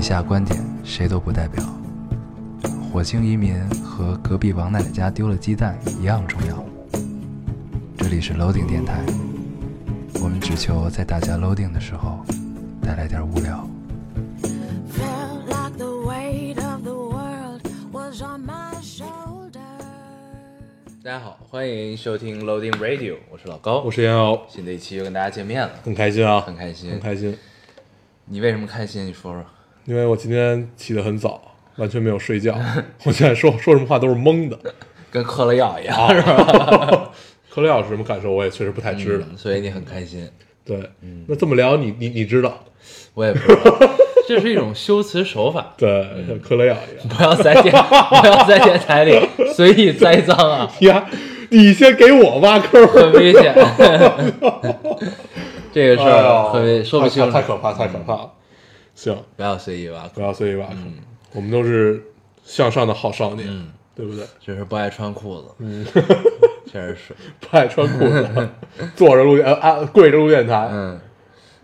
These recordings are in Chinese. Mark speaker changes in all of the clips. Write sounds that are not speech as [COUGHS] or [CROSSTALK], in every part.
Speaker 1: 下观点谁都不代表。火星移民和隔壁王奶奶家丢了鸡蛋一样重要。这里是 Loading 电台，我们只求在大家 Loading 的时候带来点无聊。
Speaker 2: Felt like the weight of the world was on my shoulders.
Speaker 1: 大家好，欢迎收听 Loading Radio，我是老高，
Speaker 3: 我是烟偶，
Speaker 1: 新的一期又跟大家见面了，
Speaker 3: 很开心啊，
Speaker 1: 很开心
Speaker 3: 很开心，
Speaker 1: 你为什么开心？你说说。
Speaker 3: 因为我今天起得很早，完全没有睡觉， [LAUGHS] 我现在说说什么话都是懵的。
Speaker 1: 跟嗑了药一样，
Speaker 3: 啊，吧？克雷老师什么感受？我也确实不太知道。
Speaker 1: 嗯 [LAUGHS] 所以你很开心。
Speaker 3: 对，
Speaker 4: 嗯
Speaker 3: 那这么聊，你你你知道？，
Speaker 1: 我也不知道，
Speaker 4: 这是一种修辞手法
Speaker 3: 对，
Speaker 4: 嗯
Speaker 3: 像克雷奥一样。
Speaker 4: 不要在
Speaker 1: [LAUGHS]
Speaker 4: 电，不要在电台里随意栽赃啊，
Speaker 3: 呀，你先给我挖坑儿。
Speaker 4: [LAUGHS] 很危
Speaker 1: [LAUGHS]
Speaker 4: 险。这个事
Speaker 3: 哎呦
Speaker 4: 儿啊很危说不清楚，嗯
Speaker 3: 太可怕，太可怕了。行，
Speaker 4: 不要随意挖
Speaker 3: 不
Speaker 4: 坑，
Speaker 3: 要随意挖
Speaker 4: 嗯
Speaker 3: 坑，我们都是向上的好少年，对不对？
Speaker 4: 就是不爱穿裤子。
Speaker 1: [LAUGHS]
Speaker 4: 嗯，确实是。
Speaker 3: 不爱穿裤子， [LAUGHS] 坐着录电，呃啊，跪着录电台。
Speaker 4: 嗯，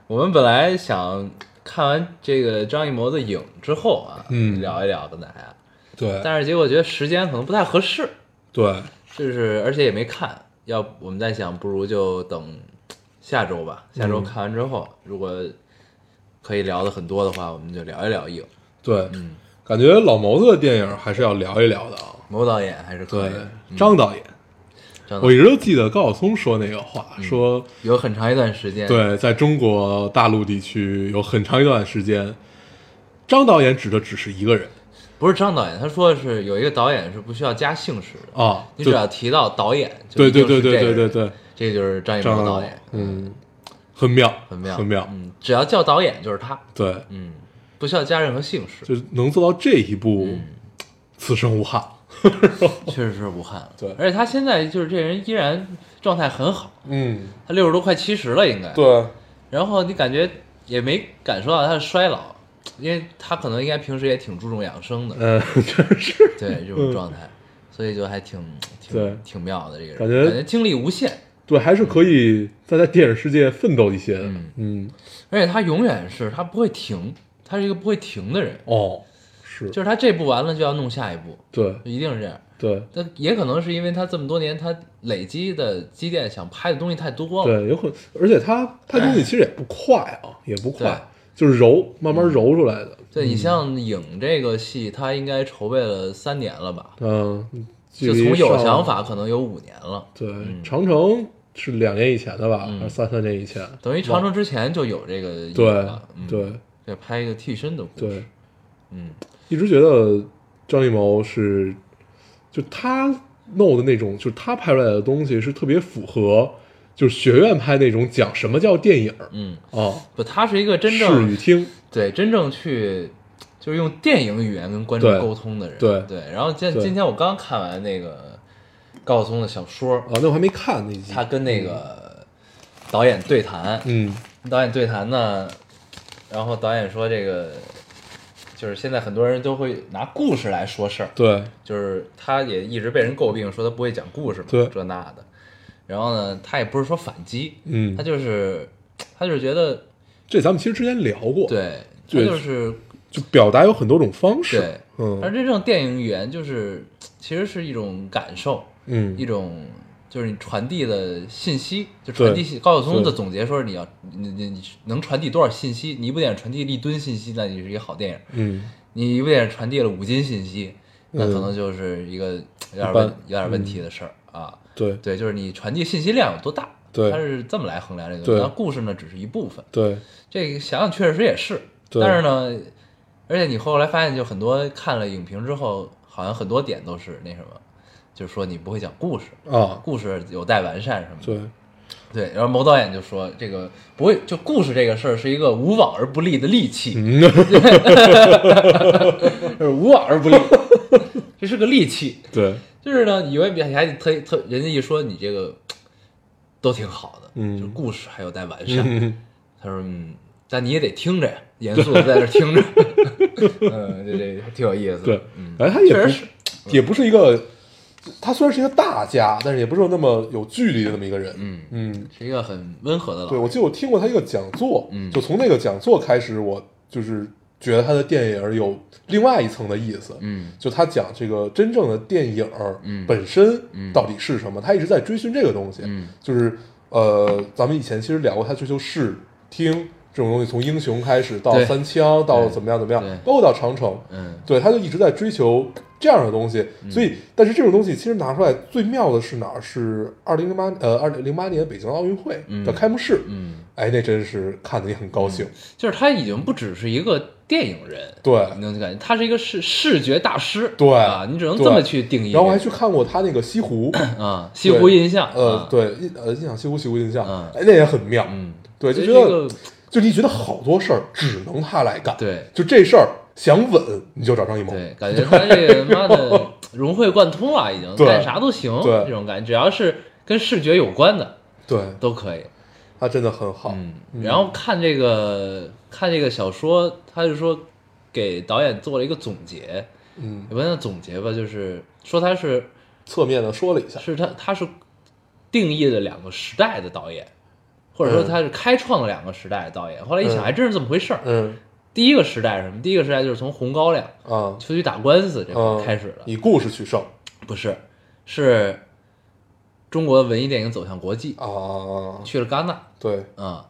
Speaker 4: 我们本来想看完这个张艺谋的影之后啊，
Speaker 3: 嗯
Speaker 4: 聊一聊跟大家，
Speaker 3: 对，
Speaker 4: 但是结果觉得时间可能不太合适，
Speaker 3: 对，
Speaker 4: 就是而且也没看，要不我们在想，不如就等下周吧。下
Speaker 3: 嗯
Speaker 4: 周看完之后，如果可以聊的很多的话，我们就聊一聊影。
Speaker 3: 对，
Speaker 4: 嗯
Speaker 3: 感觉老谋子的电影还是要聊一聊的啊。
Speaker 4: 某导演还是可
Speaker 3: 对
Speaker 4: 以的，，
Speaker 3: 张导演，
Speaker 4: 张导
Speaker 3: 我一直都记得高晓松说那个话，说
Speaker 4: 有很长一段时间，，
Speaker 3: 对，在中国大陆地区有很长一段时间，张导演指的只是一个人
Speaker 4: 不是张导演，他说的是有一个导演是不需要加姓氏的，
Speaker 3: 啊，
Speaker 4: 你只
Speaker 3: 对
Speaker 4: 要提到导演，就
Speaker 3: 对
Speaker 4: 一
Speaker 3: 对
Speaker 4: 定
Speaker 3: 对
Speaker 4: 是
Speaker 3: 对
Speaker 4: 这
Speaker 3: 对
Speaker 4: 个
Speaker 3: 对
Speaker 4: 人，
Speaker 3: 对，
Speaker 4: 这个就是张艺谋
Speaker 3: 张
Speaker 4: 导
Speaker 3: 导
Speaker 4: 演
Speaker 3: 演，，嗯，很妙，
Speaker 4: 很妙，
Speaker 3: 很妙，
Speaker 4: 嗯，只要叫导演就是他，
Speaker 3: 对，
Speaker 4: 嗯，不需要加任何姓氏，嗯
Speaker 3: 就是能做到这一步，此生无憾。
Speaker 4: 确实是武汉了，
Speaker 3: 对
Speaker 4: 而且他现在就是这人依然状态很好，
Speaker 3: 嗯，
Speaker 4: 他六十多快七十了应该。。
Speaker 3: 对，
Speaker 4: 然后你感觉也没感受到他的衰老，因为他可能应该平时也挺注重养生的，
Speaker 3: 嗯， [LAUGHS] 真是
Speaker 4: 对这种状态，所以就还挺
Speaker 3: 对
Speaker 4: 挺挺妙的这个人，
Speaker 3: 感觉
Speaker 4: 感觉精力无限，
Speaker 3: 对，还是可以在在电影世界奋斗一些的。嗯，
Speaker 4: 而且他永远是他不会停，他是一个不会停的人，
Speaker 3: 哦，是，
Speaker 4: 就是他这步完了就要弄下一步，
Speaker 3: 对
Speaker 4: 就一定是这样。
Speaker 3: 对
Speaker 4: 那也可能是因为他这么多年他累积的积淀，想拍的东西太多了，哎
Speaker 3: 对，有可能，而且他拍东西其实也不快啊，也不
Speaker 4: 对嗯
Speaker 3: 快，就是揉慢慢揉出来的。
Speaker 4: 对你像影这个戏，他应该筹备了三年了吧？
Speaker 3: 嗯，距
Speaker 4: 就
Speaker 3: 离
Speaker 4: 从有
Speaker 3: 上
Speaker 4: 想，法嗯可能有五年了，
Speaker 3: 对，长城是两年以前的
Speaker 4: 嗯
Speaker 3: 吧，还是三三年以前？
Speaker 4: 等于长城之前就有这个影
Speaker 3: 对
Speaker 4: 了，嗯、
Speaker 3: 对
Speaker 4: 对，拍一个替身的故事，
Speaker 3: 对，
Speaker 4: 嗯，
Speaker 3: 一直觉得张艺谋是，就他弄的那种，就是他拍出来的东西是特别符合，就是学院派那种讲什么叫电影儿
Speaker 4: 嗯，
Speaker 3: 啊，
Speaker 4: 不，他是一个真
Speaker 3: 视
Speaker 4: 正
Speaker 3: 与听，
Speaker 4: 对真正去就是用电影语言跟观众
Speaker 3: 对
Speaker 4: 沟通的人，
Speaker 3: 对
Speaker 4: 然后今
Speaker 3: 对
Speaker 4: 今天我刚看完那个高晓松的小说，
Speaker 3: 啊，那我还没看那集，
Speaker 4: 他跟那个导演对谈，
Speaker 3: 嗯
Speaker 4: 导演对谈呢，然后导演说这个就是现在很多人都会拿故事来说事儿，
Speaker 3: 对
Speaker 4: 就是他也一直被人诟病说他不会讲故事嘛，
Speaker 3: 对
Speaker 4: 这那的。然后呢，他也不是说反击，
Speaker 3: 嗯
Speaker 4: 他，就是他就是觉得
Speaker 3: 这咱们其实之前聊过，，
Speaker 4: 对，他
Speaker 3: 对
Speaker 4: 就是
Speaker 3: 就表达有很多种方式，
Speaker 4: 对，而
Speaker 3: 嗯
Speaker 4: 真正电影语言就是其实是一种感受，一
Speaker 3: 嗯，
Speaker 4: 种就是你传递的信息，就传递
Speaker 3: 对
Speaker 4: 信。高晓松的
Speaker 3: 对
Speaker 4: 总结说是你要你你你能传递多少信息？你一部电影传递了一吨信息，那你是一个好电影；
Speaker 3: 嗯
Speaker 4: 你一部电影传递了五斤信息，那可
Speaker 3: 嗯
Speaker 4: 能就是一个有点
Speaker 3: 一般嗯
Speaker 4: 问有点问题的事儿啊。
Speaker 3: 对
Speaker 4: 对，就是你传递信息量有多大，
Speaker 3: 对
Speaker 4: 它是这么来衡量这个。
Speaker 3: 对
Speaker 4: 那故事呢，只是一部分。
Speaker 3: 对
Speaker 4: 这个想想确实也是，
Speaker 3: 对
Speaker 4: 但是呢，而且你后来发现，就很多看了影评之后，好像很多点都是那什么，就是说你不会讲故事，
Speaker 3: 啊，
Speaker 4: 故事有待完善什么的。
Speaker 3: 对
Speaker 4: 对，然后某导演就说，这个不会，就故事这个事儿是一个无往而不利的利器，
Speaker 3: 嗯
Speaker 4: [LAUGHS] 就是无往而不利，这是个利器。
Speaker 3: 对，
Speaker 4: 就是呢，以为比还特特，人家一说你这个都挺好的，
Speaker 3: 嗯
Speaker 4: 就是故事还有待完善。
Speaker 3: 嗯
Speaker 4: 他说，嗯，但你也得听着呀，严肃的在这听着， [LAUGHS] 嗯，这这挺有意思的。
Speaker 3: 对
Speaker 4: 嗯，，
Speaker 3: 哎，他也
Speaker 4: 确
Speaker 3: 不
Speaker 4: 实是
Speaker 3: 也不是一个，他虽然是一个大家，但是也不是有那么有距离的那么一个人，
Speaker 4: 嗯
Speaker 3: 嗯，
Speaker 4: 是一个很温和的老
Speaker 3: 对，我记得我听过他一个讲座，
Speaker 4: 嗯
Speaker 3: 就从那个讲座开始，我就是觉得他的电影有另外一层的意思。
Speaker 4: 嗯
Speaker 3: 就他讲这个真正的电影
Speaker 4: 嗯
Speaker 3: 本身
Speaker 4: 嗯
Speaker 3: 到底是什么，他一直在追寻这个东西。
Speaker 4: 嗯
Speaker 3: 就是呃，咱们以前其实聊过，他追求视听这种东西，从英雄开始到
Speaker 4: 对
Speaker 3: 三枪，到
Speaker 4: 对
Speaker 3: 怎么样怎么样
Speaker 4: 对，
Speaker 3: 包括到长城，
Speaker 4: 嗯
Speaker 3: 对，他就一直在追求这样的东西。所以，但是这种东西其实拿出来最妙的是哪儿？是二零零八呃二零零八年北京奥运会
Speaker 4: 嗯
Speaker 3: 的开幕式，
Speaker 4: 嗯，
Speaker 3: 哎，那真是看的也很高兴。
Speaker 4: 就是他已经不只是一个电影人，
Speaker 3: 对
Speaker 4: 你能感觉他是一个视视觉大师，
Speaker 3: 对
Speaker 4: 啊，你只能这
Speaker 3: 对
Speaker 4: 么去定义。
Speaker 3: 然后我还去看过他那个西湖，
Speaker 4: 啊，西湖印象，
Speaker 3: 呃
Speaker 4: 啊，，
Speaker 3: 对，印呃印象西湖西湖印象，
Speaker 4: 嗯
Speaker 3: 哎，那也很妙。
Speaker 4: 嗯，
Speaker 3: 对，
Speaker 4: 所
Speaker 3: 就
Speaker 4: 以
Speaker 3: 觉
Speaker 4: 这
Speaker 3: 得
Speaker 4: 个
Speaker 3: 就你觉得好多事儿只能他来干，，
Speaker 4: 对
Speaker 3: 就这事儿想稳你就找张艺谋，
Speaker 4: 对，感觉他这个妈的融会贯通了，已经
Speaker 3: 对
Speaker 4: 干啥都行，
Speaker 3: 对
Speaker 4: 这种感觉，只要是跟视觉有关的
Speaker 3: 对，
Speaker 4: 都可以。
Speaker 3: 他真的很好，
Speaker 4: 嗯，然后看这个看这个小说，他就说给导演做了一个总结，
Speaker 3: 嗯，
Speaker 4: 也不算总结吧，就是说他是
Speaker 3: 侧面的说了一下，
Speaker 4: 是他他是定义了两个时代的导演，或者说
Speaker 3: 嗯
Speaker 4: 他是开创了两个时代的导演。后来一想，哎
Speaker 3: 嗯
Speaker 4: 还真是这么回事儿。
Speaker 3: 嗯
Speaker 4: 第一个时代是什么？第一个时代就是从红高粱
Speaker 3: 啊，
Speaker 4: 出去打官司这
Speaker 3: 嗯
Speaker 4: 块开始了，
Speaker 3: 以故事取胜
Speaker 4: 不是，是中国文艺电影走向国际，
Speaker 3: 啊，
Speaker 4: 去了戛纳
Speaker 3: 对
Speaker 4: 啊、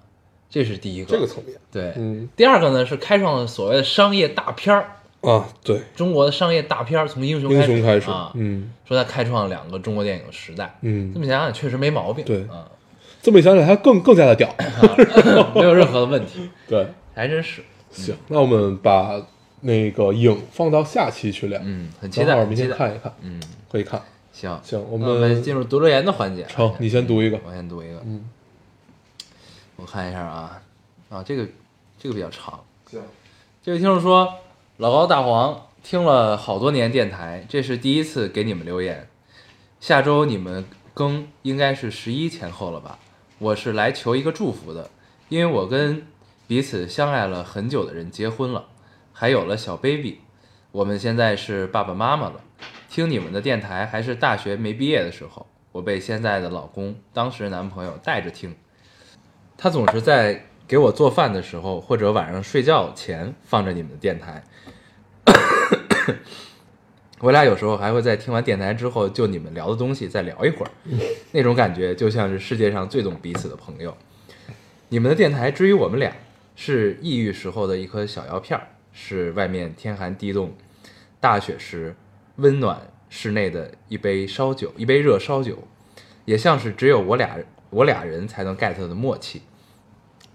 Speaker 4: 这是第一个。
Speaker 3: 这个层面，
Speaker 4: 对，
Speaker 3: 嗯
Speaker 4: 第二个呢是开创了所谓的商业大片儿，
Speaker 3: 啊，对，
Speaker 4: 中国的商业大片儿从英雄
Speaker 3: 英雄开始
Speaker 4: 啊，，
Speaker 3: 嗯
Speaker 4: 说它开创了两个中国电影的时代。这
Speaker 3: 嗯，
Speaker 4: 么想想确实没毛病，
Speaker 3: 对
Speaker 4: 啊，
Speaker 3: 这么一想起来，他更更加
Speaker 4: [COUGHS]
Speaker 3: 的屌，
Speaker 4: 没有任何的问题，
Speaker 3: 对，
Speaker 4: 还真是，
Speaker 3: 行，那我们把那个影放到下期去聊，
Speaker 4: 嗯，很期
Speaker 3: 正好
Speaker 4: 待，
Speaker 3: 我
Speaker 4: 很
Speaker 3: 们
Speaker 4: 期
Speaker 3: 先
Speaker 4: 待，
Speaker 3: 看一看，
Speaker 4: 嗯，
Speaker 3: 可以看，
Speaker 4: 行
Speaker 3: 行我
Speaker 4: 我
Speaker 3: 们
Speaker 4: 进入读留言的环节，
Speaker 3: 成，你先读一个，
Speaker 4: 我先读一个，
Speaker 3: 嗯，
Speaker 4: 我看一下啊，啊，这个这个比较长，
Speaker 3: 行，
Speaker 4: 这位听众说，老高大黄听了好多年电台，这是第一次给你们留言。下周你们更应该是十一前后了吧？我是来求一个祝福的，因为我跟彼此相爱了很久的人结婚了，还有了小 baby，我们现在是爸爸妈妈了。听你们的电台还是大学没毕业的时候，我被现在的老公，当时男朋友带着听，他总是在给我做饭的时候，或者晚上睡觉前放着你们的电台。 [COUGHS] 我俩有时候还会在听完电台之后，就你们聊的东西再聊一会儿，那种感觉就像是世界上最懂彼此的朋友。你们的电台之于我们俩，是抑郁时候的一颗小药片儿，是外面天寒地冻、大雪时温暖室内的一杯烧酒，一杯热烧酒，也像是只有我俩我俩人才能 get 的默契。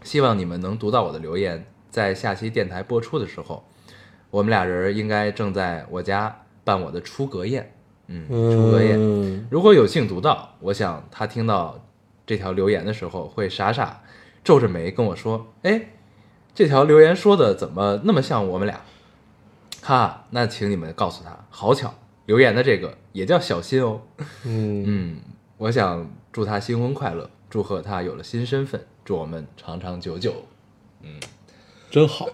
Speaker 4: 希望你们能读到我的留言，在下期电台播出的时候，我们俩人应该正在我家办我的出阁宴，嗯，出阁宴。
Speaker 3: 嗯。
Speaker 4: 如果有幸读到，我想他听到这条留言的时候，会傻傻皱着眉跟我说：“哎，这条留言说的怎么那么像我们俩？”哈，那请你们告诉他，好巧，留言的这个也叫小新哦。
Speaker 3: 嗯，
Speaker 4: 嗯，我想祝他新婚快乐，祝贺他有了新身份，祝我们长长久久。
Speaker 3: 真
Speaker 4: [COUGHS]
Speaker 3: 好，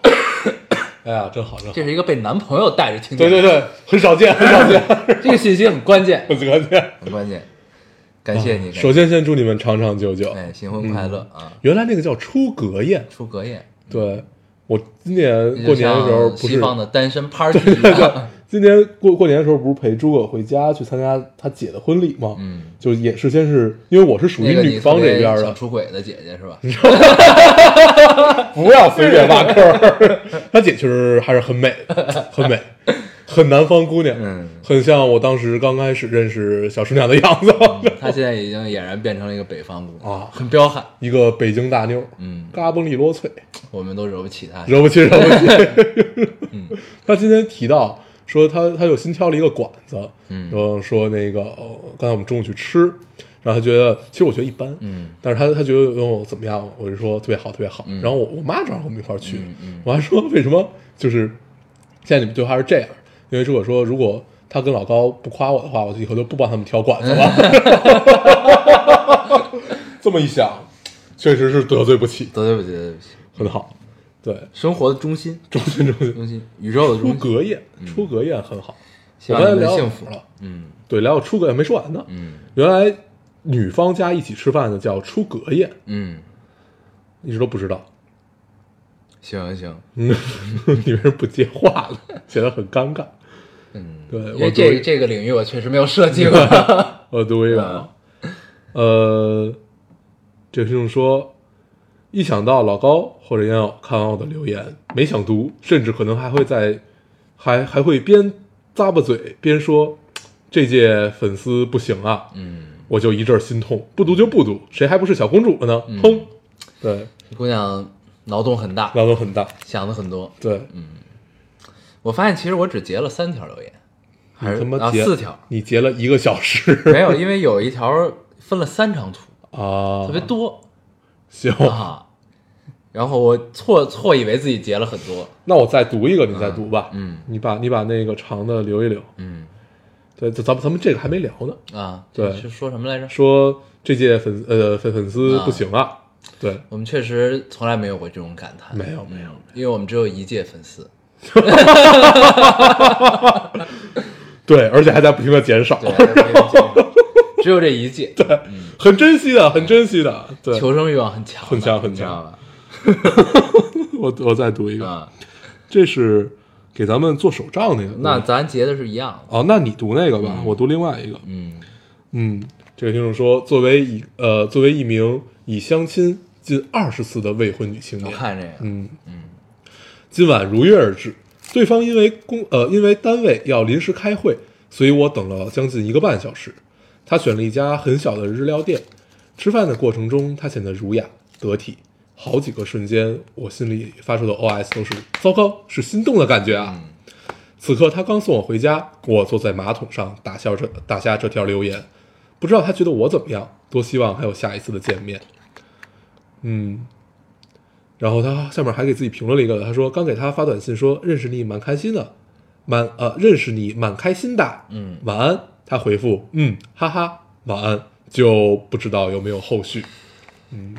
Speaker 3: 哎呀，真好，真好，
Speaker 4: 这是一个被男朋友带着听的，
Speaker 3: 对对对，很少见，很
Speaker 4: [LAUGHS]
Speaker 3: 少见，
Speaker 4: 对，这个信息很关键，
Speaker 3: 很少见。
Speaker 4: 很关键。感谢你，感谢
Speaker 3: 啊首先先祝你们长长久久。
Speaker 4: 哎，新婚快乐啊，
Speaker 3: 原来那个叫出阁宴，
Speaker 4: 出阁宴。
Speaker 3: 对我今年
Speaker 4: 就
Speaker 3: 过年的时候
Speaker 4: 像
Speaker 3: 不
Speaker 4: 西
Speaker 3: 是，
Speaker 4: 方的单身 party 啊一样，
Speaker 3: [LAUGHS] 今年过过年的时候不是陪诸葛回家去参加他姐的婚礼吗？
Speaker 4: 嗯，
Speaker 3: 就也是先是因为我是属于
Speaker 4: 那个
Speaker 3: 女
Speaker 4: 你
Speaker 3: 方
Speaker 4: 特
Speaker 3: 这
Speaker 4: 别
Speaker 3: 边
Speaker 4: 想
Speaker 3: 的，
Speaker 4: 出轨的姐姐
Speaker 3: [LAUGHS]
Speaker 4: 是吧？
Speaker 3: 不要随便挖坑儿。 [LAUGHS] 他姐确实还是
Speaker 4: [LAUGHS]
Speaker 3: 很美，很美，很南方姑娘，
Speaker 4: 嗯
Speaker 3: 很像我当时刚开始认识小师娘的样子，
Speaker 4: 啊她现在已经俨然变成了一个北方姑娘
Speaker 3: 啊
Speaker 4: 很彪悍。
Speaker 3: [LAUGHS] 一个北京大妞，
Speaker 4: 嗯，
Speaker 3: 嘎嘣利落脆，
Speaker 4: 我们都惹不起她。
Speaker 3: 惹不起，惹不起。
Speaker 4: 嗯
Speaker 3: [LAUGHS] 他今天提到说他他又新挑了一个馆子，
Speaker 4: 嗯
Speaker 3: 然后说那个、哦、刚才我们中午去吃，然后他觉得其实我觉得一般，
Speaker 4: 嗯
Speaker 3: 但是他他觉得哦怎么样，我就说特别好，特别好。
Speaker 4: 嗯
Speaker 3: 然后我我妈正好跟我们一块儿去，
Speaker 4: 嗯嗯
Speaker 3: 我还说为什么就是现在你们对话是这样，因为如果说如果。他跟老高不夸我的话，我以后就不帮他们挑馆子了。
Speaker 4: [LAUGHS]
Speaker 3: [LAUGHS] 这么一想，确实是得罪不起，
Speaker 4: 得罪不起，得罪不起。
Speaker 3: 很好。对， [LAUGHS]
Speaker 4: 生活的中心，
Speaker 3: 中心中心，
Speaker 4: 中心，宇宙的
Speaker 3: 出
Speaker 4: 中心。
Speaker 3: 阁宴，出阁宴很好。
Speaker 4: 嗯希
Speaker 3: 我
Speaker 4: 望
Speaker 3: 刚
Speaker 4: 你
Speaker 3: 才聊
Speaker 4: 们
Speaker 3: 到
Speaker 4: 幸福
Speaker 3: 哪儿了。，
Speaker 4: 嗯
Speaker 3: 对，聊到出阁宴没说完呢。
Speaker 4: 嗯
Speaker 3: 原来女方家一起吃饭的叫出阁宴，
Speaker 4: 嗯，
Speaker 3: [LAUGHS] 一直都不知道。
Speaker 4: 行行，
Speaker 3: 嗯，你为什么不接话了？ [LAUGHS] 显得很尴尬。
Speaker 4: 嗯，
Speaker 3: 对
Speaker 5: 因
Speaker 3: 呃我
Speaker 5: 为
Speaker 3: 作
Speaker 5: 这
Speaker 3: 为
Speaker 5: 这个领域我确实没有涉及
Speaker 3: [LAUGHS]
Speaker 5: 过。
Speaker 3: 呃，读一个，
Speaker 4: 嗯
Speaker 3: 呃，这个听众说，一想到老高或者烟友看完我的留言，没想读，甚至可能还会在，还还会边咂巴嘴边说，这届粉丝不行啊，
Speaker 4: 嗯，
Speaker 3: 我就一阵儿心痛，不读就不读，谁还不是小公主了呢？
Speaker 4: 嗯
Speaker 3: 砰，对，
Speaker 4: 这姑娘脑洞很大，
Speaker 3: 难度很大，
Speaker 4: 想的很多。
Speaker 3: 对，
Speaker 4: 嗯我发现其实我只截了三条留言，还
Speaker 3: 你
Speaker 4: 是
Speaker 3: 他妈
Speaker 4: 啊
Speaker 3: 截、
Speaker 4: 四条，
Speaker 3: 你截了一个小时
Speaker 4: 没有，因为有一条分了三张图，
Speaker 3: 啊，
Speaker 4: 特别多
Speaker 3: 行，
Speaker 4: 啊。然后我错错以为自己截了很多，
Speaker 3: 那我再读一个，你再读吧，
Speaker 4: 嗯
Speaker 3: 你把你把那个长的留一留，
Speaker 4: 嗯
Speaker 3: 对，咱咱们咱们这个还没聊呢，
Speaker 4: 啊，
Speaker 3: 对
Speaker 4: 这是说什么来着？
Speaker 3: 说这届粉呃粉粉丝不行啊，对，
Speaker 4: 我们确实从来没有过这种感叹，
Speaker 3: 没有没有，
Speaker 4: 因为我们只有一届粉
Speaker 3: [LAUGHS]
Speaker 4: 丝，
Speaker 3: 对，而且还在不停的减少，
Speaker 4: 对，没有这种只有这一届，
Speaker 3: [LAUGHS] 很珍惜的，很珍惜的，对，
Speaker 4: 求生欲望很强的，
Speaker 3: 很强很
Speaker 4: 你知
Speaker 3: 强嗯
Speaker 4: 道吧？
Speaker 3: 我我再读一个，
Speaker 4: 啊，
Speaker 3: 这是给咱们做手账那个，
Speaker 4: 那咱截的是一样的，
Speaker 3: 哦，那你读那个吧，我读另外一个，
Speaker 4: 嗯
Speaker 3: 嗯，这个听众说，作为一呃，作为一名已相亲近二十次的未婚女青
Speaker 4: 我
Speaker 3: 年，
Speaker 4: 看这个，
Speaker 3: 嗯嗯，今晚如约而至，对方因为工呃因为单位要临时开会，所以我等了将近一个半小时。他选了一家很小的日料店，吃饭的过程中，他显得儒雅得体。好几个瞬间，我心里发出的 OS 都是“糟糕”，是心动的感觉啊！此刻他刚送我回家，我坐在马桶上打消这打下这条留言，不知道他觉得我怎么样，多希望还有下一次的见面。嗯，然后他下面还给自己评论了一个，他说刚给他发短信说认识你蛮开心的，蛮呃认识你蛮开心的，
Speaker 4: 嗯，
Speaker 3: 晚安。他回复嗯哈哈晚安，就不知道有没有后续。嗯，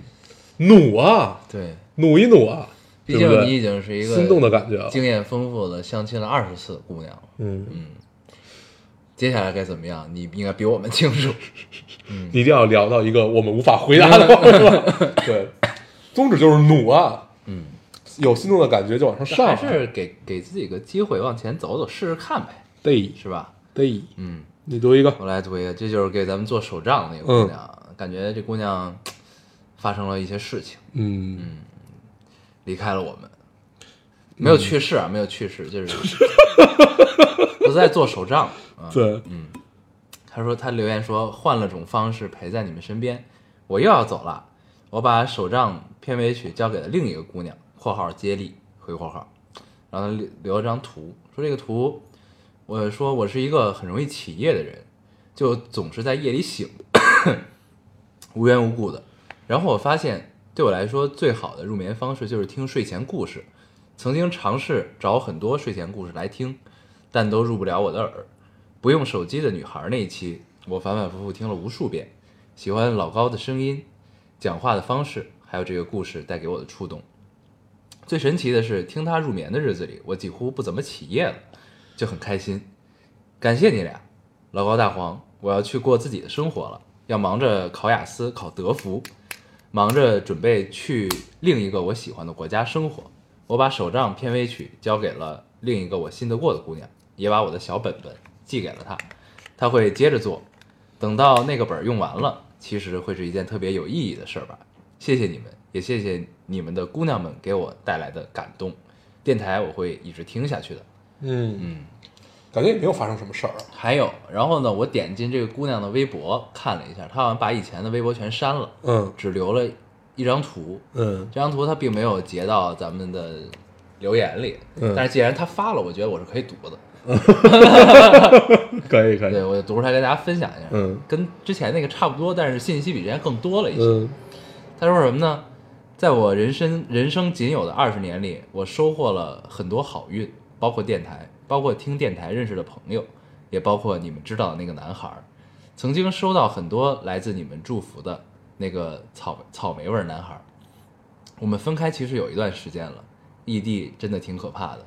Speaker 3: 努啊，
Speaker 4: 对，
Speaker 3: 努一努啊，
Speaker 4: 毕
Speaker 3: 对不
Speaker 4: 竟
Speaker 3: 对
Speaker 4: 你已经是一个
Speaker 3: 心动的感觉啊，
Speaker 4: 经验丰富的相亲了二十次姑娘了，
Speaker 3: 嗯，
Speaker 4: 接下来该怎么样？你应该比我们清楚。嗯
Speaker 3: 你一定要聊到一个我们无法回答的 [LAUGHS] 方向。
Speaker 4: [LAUGHS]
Speaker 3: 对，宗旨就是努啊，
Speaker 4: 嗯，
Speaker 3: 有心动的感觉就往上上
Speaker 4: 还
Speaker 3: 啊，
Speaker 4: 是给给自己个机会往前走走，试试看呗，
Speaker 3: 对
Speaker 4: 是吧？
Speaker 3: 对，
Speaker 4: 嗯，
Speaker 3: 你读一个，
Speaker 4: 我来读一个，这就是给咱们做手账的那个姑娘，感觉这姑娘发生了一些事情，
Speaker 3: 嗯，
Speaker 4: 离开了我们，没有去世啊，没有去世，就是不再做手账啊。
Speaker 3: 对，
Speaker 4: 他说他留言说换了种方式陪在你们身边，我又要走了，我把手账片尾曲交给了另一个姑娘（括号接力回括号），然后他留留了张图，说这个图，我说我是一个很容易起夜的人，就总是在夜里醒，无缘无故的。然后我发现对我来说最好的入眠方式就是听睡前故事，曾经尝试找很多睡前故事来听，但都入不了我的耳。不用手机的女孩那一期，我反反复复听了无数遍，喜欢老高的声音、讲话的方式，还有这个故事带给我的触动。最神奇的是，听他入眠的日子里，我几乎不怎么起夜了，就很开心。感谢你俩，老高大黄，我要去过自己的生活了，要忙着考雅思、考德福，忙着准备去另一个我喜欢的国家生活。我把手账片尾曲交给了另一个我信得过的姑娘，也把我的小本本寄给了她，她会接着做。等到那个本儿用完了，其实会是一件特别有意义的事儿吧。谢谢你们，也谢谢你们的姑娘们给我带来的感动。电台我会一直听下去的。
Speaker 3: 嗯嗯，感觉也没有发生什么事儿啊，
Speaker 4: 还有，然后呢，我点进这个姑娘的微博看了一下，她好像把以前的微博全删了，
Speaker 3: 嗯
Speaker 4: 只留了一张图。
Speaker 3: 嗯
Speaker 4: 这张图她并没有截到咱们的留言里，
Speaker 3: 嗯
Speaker 4: 但是既然她发了，我觉得我是可以读的。
Speaker 3: 可以可
Speaker 4: 对，
Speaker 3: 以，
Speaker 4: 我就读出来跟大家分享一下。
Speaker 3: 哎嗯，
Speaker 4: 跟之前那个差不多，但是信息比之前更多了一些。
Speaker 3: 嗯
Speaker 4: 他说什么呢？在我人生人生仅有的二十年里，我收获了很多好运，包括电台，包括听电台认识的朋友，也包括你们知道的那个男孩儿。曾经收到很多来自你们祝福的那个草草莓味儿男孩儿。我们分开其实有一段时间了，异地真的挺可怕的。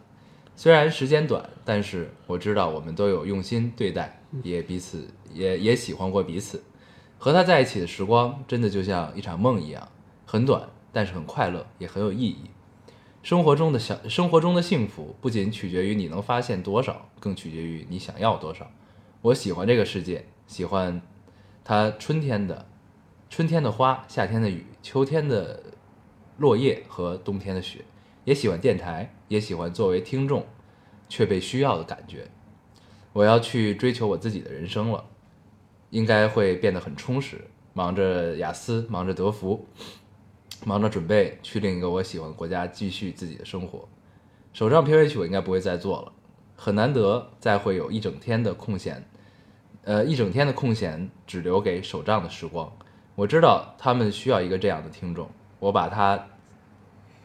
Speaker 4: 虽然时间短，但是我知道我们都有用心对待，也彼此也也喜欢过彼此。和他在一起的时光真的就像一场梦一样，很短，但是很快乐，也很有意义。生活中的小生活中的幸福，不仅取决于你能发现多少，更取决于你想要多少。我喜欢这个世界，喜欢它春天的春天的花，夏天的雨，秋天的落叶和冬天的雪，也喜欢电台，也喜欢作为听众却被需要的感觉。我要去追求我自己的人生了，应该会变得很充实。忙着雅思，忙着德福，忙着准备去另一个我喜欢的国家继续自己的生活。手账片尾曲我应该不会再做了，很难得再会有一整天的空闲，呃，一整天的空闲只留给手账的时光。我知道他们需要一个这样的听众，我把它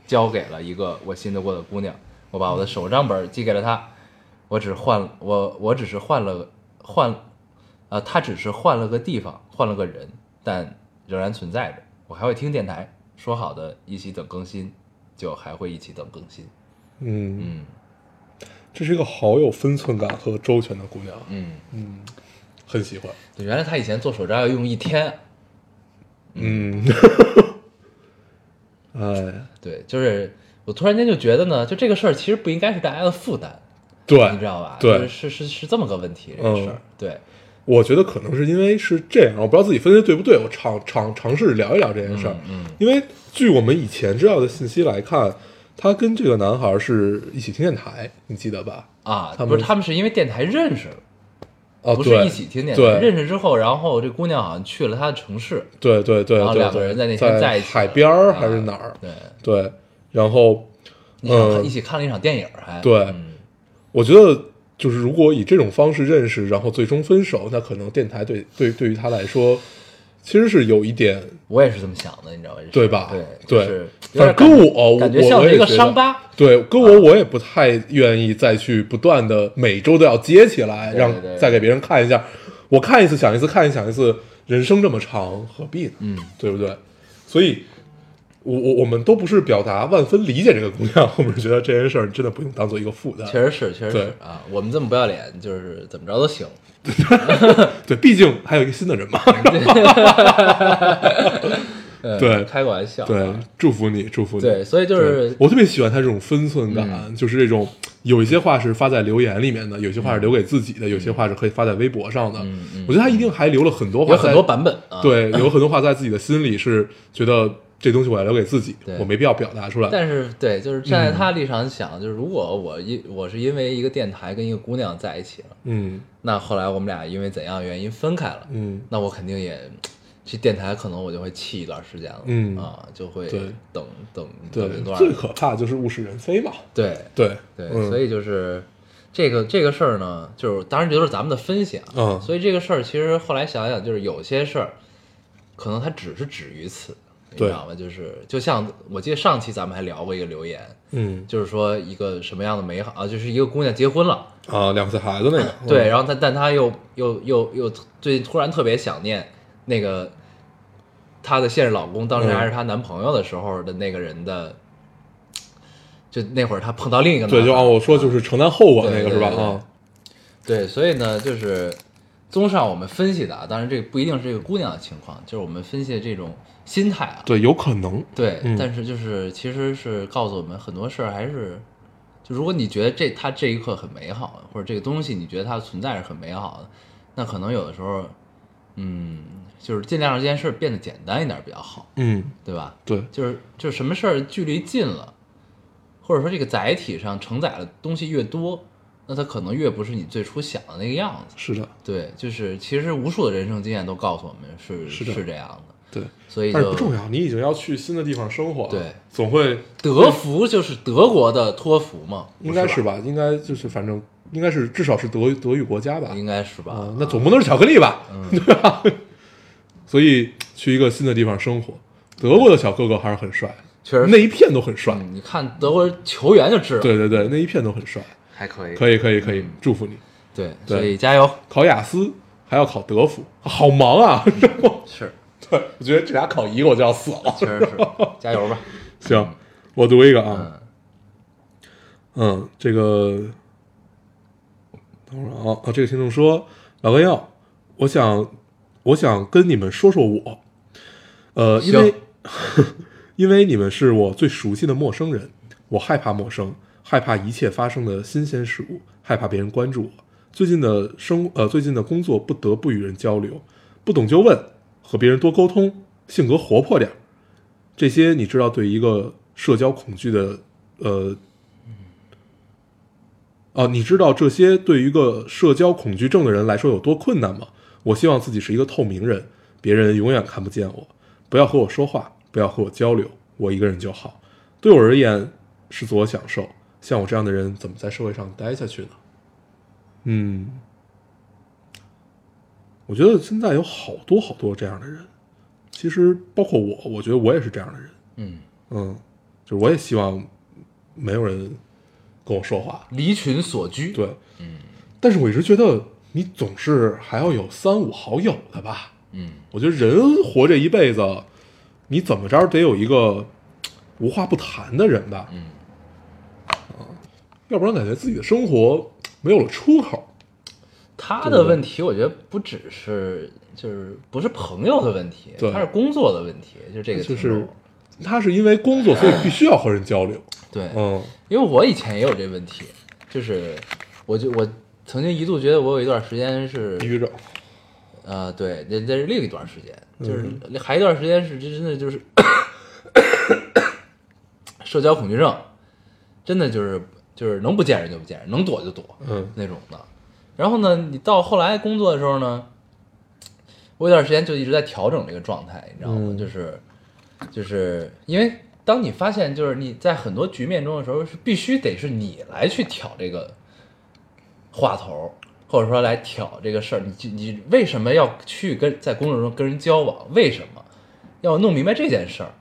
Speaker 4: 交给了一个我信得过的姑娘，我把我的手账本寄给了她，我只换我我只是换了换，呃，她只是换了个地方，换了个人，但仍然存在着。我还会听电台，说好的一起等更新，就还会一起等更新。
Speaker 3: 嗯，
Speaker 4: 嗯
Speaker 3: 这是一个好有分寸感和周全的姑娘，
Speaker 4: 嗯，
Speaker 3: 很喜欢。
Speaker 4: 对原来他以前做手账要用一天，啊
Speaker 3: 嗯，
Speaker 4: 嗯
Speaker 3: 哎，
Speaker 4: 对，就是我突然间就觉得呢，就这个事儿其实不应该是大家的负担，你知
Speaker 3: 对，
Speaker 4: 道吧？
Speaker 3: 对嗯
Speaker 4: 就是是是是这么个问题，这个事儿，对，
Speaker 3: 我觉得可能是因为是这样，我不知道自己分析对不对，我尝尝尝试聊一聊这件事儿。
Speaker 4: 嗯
Speaker 3: 因为据我们以前知道的信息来看，他跟这个男孩是一起听电台，你记得吧？
Speaker 4: 啊，
Speaker 3: 他们
Speaker 4: 不是他们是因为电台认识了，
Speaker 3: 哦，
Speaker 4: 不是
Speaker 3: 对
Speaker 4: 一起听电台，
Speaker 3: 对
Speaker 4: 认识之后，然后这姑娘好像去了她的城市，
Speaker 3: 对对对，
Speaker 4: 然后
Speaker 3: 对
Speaker 4: 两个
Speaker 3: 对
Speaker 4: 人在那天
Speaker 3: 在
Speaker 4: 在一起
Speaker 3: 海边儿
Speaker 4: 啊
Speaker 3: 还是哪儿？
Speaker 4: 对，
Speaker 3: 对，然后，
Speaker 4: 你想看
Speaker 3: 嗯
Speaker 4: 一，起看了一场电影，还
Speaker 3: 对
Speaker 4: 嗯
Speaker 3: 我觉得就是如果以这种方式认识，然后最终分手，那可能电台对对对于他来说，其实是有一点
Speaker 4: 我也是这么想的，你知道吧？这事
Speaker 3: 对吧
Speaker 4: 对
Speaker 3: 对
Speaker 4: 就是有点
Speaker 3: 反正跟我，
Speaker 4: 感觉
Speaker 3: 我
Speaker 4: 像
Speaker 3: 我
Speaker 4: 是
Speaker 3: 也
Speaker 4: 一个
Speaker 3: 觉得
Speaker 4: 伤疤。
Speaker 3: 对，跟我我也不太愿意再去不断的每周都要接起来，
Speaker 4: 对
Speaker 3: 让
Speaker 4: 对
Speaker 3: 再给别人看一下。我看一次想一次，看一次想一次，人生这么长，何必呢？
Speaker 4: 嗯，
Speaker 3: 对不对？所以，我我我们都不是表达万分理解这个姑娘，我们是觉得这件事儿真的不用当做一个负担。
Speaker 4: 确实是，确实
Speaker 3: 对
Speaker 4: 是啊，我们这么不要脸，就是怎么着都
Speaker 3: [LAUGHS]
Speaker 4: 行。
Speaker 3: 对，毕竟还有一个新的人嘛。
Speaker 4: 嗯
Speaker 3: 对
Speaker 4: 开个玩笑啊。
Speaker 3: 对，祝福你，祝福你。
Speaker 4: 对，所以就
Speaker 3: 对
Speaker 4: 是嗯
Speaker 3: 我特别喜欢他这种分寸感，啊就是这种有一些话是发在留言里面的，有些话是留给自己的，有些话是可以发在微博上的。
Speaker 4: 嗯嗯
Speaker 3: 我觉得他一定还留了很多话
Speaker 4: 有
Speaker 3: 在，
Speaker 4: 很多版本啊。，
Speaker 3: 对，有很多话在自己的心里是觉得这东西我要留给自己
Speaker 4: 对，
Speaker 3: 我没必要表达出来。
Speaker 4: 但是对，就是站在他立场想，就是如果我因我是因为一个电台跟一个姑娘在一起了，
Speaker 3: 嗯
Speaker 4: 那后来我们俩因为怎样的原因分开了，
Speaker 3: 嗯，
Speaker 4: 那我肯定也。这电台可能我就会弃一段时间了，
Speaker 3: 嗯
Speaker 4: 啊，就会
Speaker 3: 对
Speaker 4: 等等
Speaker 3: 对
Speaker 4: 等一，
Speaker 3: [LAUGHS]
Speaker 4: 段，
Speaker 3: 最可怕就是物是人非嘛。
Speaker 4: 对
Speaker 3: 对
Speaker 4: 对，
Speaker 3: 嗯、
Speaker 4: 所以就是这个这个事儿呢，就是当然就是咱们的分析啊，
Speaker 3: 嗯
Speaker 4: 所以这个事儿其实后来想想，就是有些事儿可能它只是止于此，你知
Speaker 3: 对
Speaker 4: 道吗？就是就像我记得上期咱们还聊过一个留言，
Speaker 3: 嗯
Speaker 4: 就是说一个什么样的美好啊，就是一个姑娘结婚了，
Speaker 3: 啊，两岁孩子那个，
Speaker 4: [COUGHS] 对，然后她但她又又又又最近突然特别想念那个她的现任老公，当
Speaker 3: 嗯
Speaker 4: 时还是她男朋友的时候的那个人的。就那会儿，她碰到另一个
Speaker 3: 嗯
Speaker 4: 男
Speaker 3: 对，就
Speaker 4: 孩
Speaker 3: 按
Speaker 4: 儿
Speaker 3: 我说就是承担后果
Speaker 4: 对
Speaker 3: 那个是吧？
Speaker 4: 对对
Speaker 3: 啊，
Speaker 4: 对，所以呢，就是综上我们分析的啊，当然这个不一定是这个姑娘的情况，就是我们分析的这种心态啊，
Speaker 3: 对，有可能，
Speaker 4: 对，
Speaker 3: 嗯
Speaker 4: 但是就是其实是告诉我们很多事儿还是，就如果你觉得这它这一刻很美好，或者这个东西你觉得它存在是很美好的，那可能有的时候，嗯，就是尽量让这件事儿变得简单一点比较好，
Speaker 3: 嗯，
Speaker 4: 对吧？
Speaker 3: 对，
Speaker 4: 就是就是什么事儿距离近了，或者说这个载体上承载的东西越多，那它可能越不是你最初想的那个样子。
Speaker 3: 是的，
Speaker 4: 对，就是其实无数的人生经验都告诉我们是
Speaker 3: 是的
Speaker 4: 这样的，
Speaker 3: 对。
Speaker 4: 所以
Speaker 3: 但是
Speaker 4: 就
Speaker 3: 不重要，你已经要去新的地方生活了，
Speaker 4: 对，
Speaker 3: 总会
Speaker 4: 德福就是德国的托福嘛，
Speaker 3: 应该
Speaker 4: 是
Speaker 3: 是吧？应该就是反正应该是至少是德德语国家吧嗯
Speaker 4: 吧？？应该是吧？
Speaker 3: 啊，那总不能是巧克力吧？对吧？ [LAUGHS] 所以去一个新的地方生活，德国的小哥哥还是很帅，
Speaker 4: 确实
Speaker 3: 那一片都很帅。
Speaker 4: 嗯你看德国球员就知道，
Speaker 3: 对对对，那一片都很帅，
Speaker 4: 还可以，
Speaker 3: 可以可以可以，祝福你！
Speaker 4: 对，
Speaker 3: 对
Speaker 4: 所以加油，
Speaker 3: 考雅思还要考德福，好忙啊！然后
Speaker 4: 是，
Speaker 3: [LAUGHS] 对，我觉得这俩考一个我就要死了。
Speaker 4: 确实 [LAUGHS] 是，加油吧，
Speaker 3: 行，我读一个啊，
Speaker 4: 嗯
Speaker 3: 嗯，这个等会儿啊啊，这个听众说，老哥要，我想我想跟你们说说我， [LAUGHS] 呃，因为因为你们是我最熟悉的陌生人，我害怕陌生，害怕一切发生的新鲜事物，害怕别人关注我。最近的生呃，最近的工作不得不与人交流，不懂就问，和别人多沟通，性格活泼点儿。这些你知道，对一个社交恐惧的呃，哦、你知道这些对于一个社交恐惧症的人来说有多困难吗？我希望自己是一个透明人，别人永远看不见我。不要和我说话，不要和我交流，我一个人就好。对我而言是自我享受。像我这样的人，怎么在社会上待下去呢？嗯，我觉得现在有好多好多这样的人，其实包括我，我觉得我也是这样的人。
Speaker 6: 嗯，
Speaker 3: 嗯，就是我也希望没有人跟我说话。
Speaker 4: 离群所居，
Speaker 3: 对，嗯，但是我一直觉得你总是还要有三五好友的吧。
Speaker 6: 嗯，
Speaker 3: 我觉得人活这一辈子，你怎么着得有一个呃无话不谈的人吧？
Speaker 6: 嗯
Speaker 3: 啊，要不然感觉自己的生活没有了出口。
Speaker 4: 他的问题，我觉得不只是就是不是朋友的问题，
Speaker 3: 对
Speaker 4: 他是工作的问题，就是这个
Speaker 3: 就
Speaker 4: 听
Speaker 3: 是
Speaker 4: 众
Speaker 3: 他是因为工作，所以必须要和人
Speaker 4: [LAUGHS]
Speaker 3: 交流。
Speaker 4: 对，
Speaker 3: 嗯
Speaker 4: 因为我以前也有这问题，就是我就我曾经一度觉得我有一段时间是
Speaker 3: 抑郁症，
Speaker 4: 呃，对，那那是另一段时间，就是
Speaker 3: 嗯
Speaker 4: 还有一段时间是真真的就是 [COUGHS] 社交恐惧症，真的就是就是能不见人就不见人，能躲就躲，
Speaker 3: 嗯
Speaker 4: 那种的。然后呢，你到后来工作的时候呢，我有段时间就一直在调整这个状态，你知道吗？
Speaker 3: 嗯
Speaker 4: 就是就是因为当你发现就是你在很多局面中的时候，是必须得是你来去挑这个话头，或者说来挑这个事儿，你就你为什么要去跟在工作中跟人交往？为什么要弄明白这件事儿？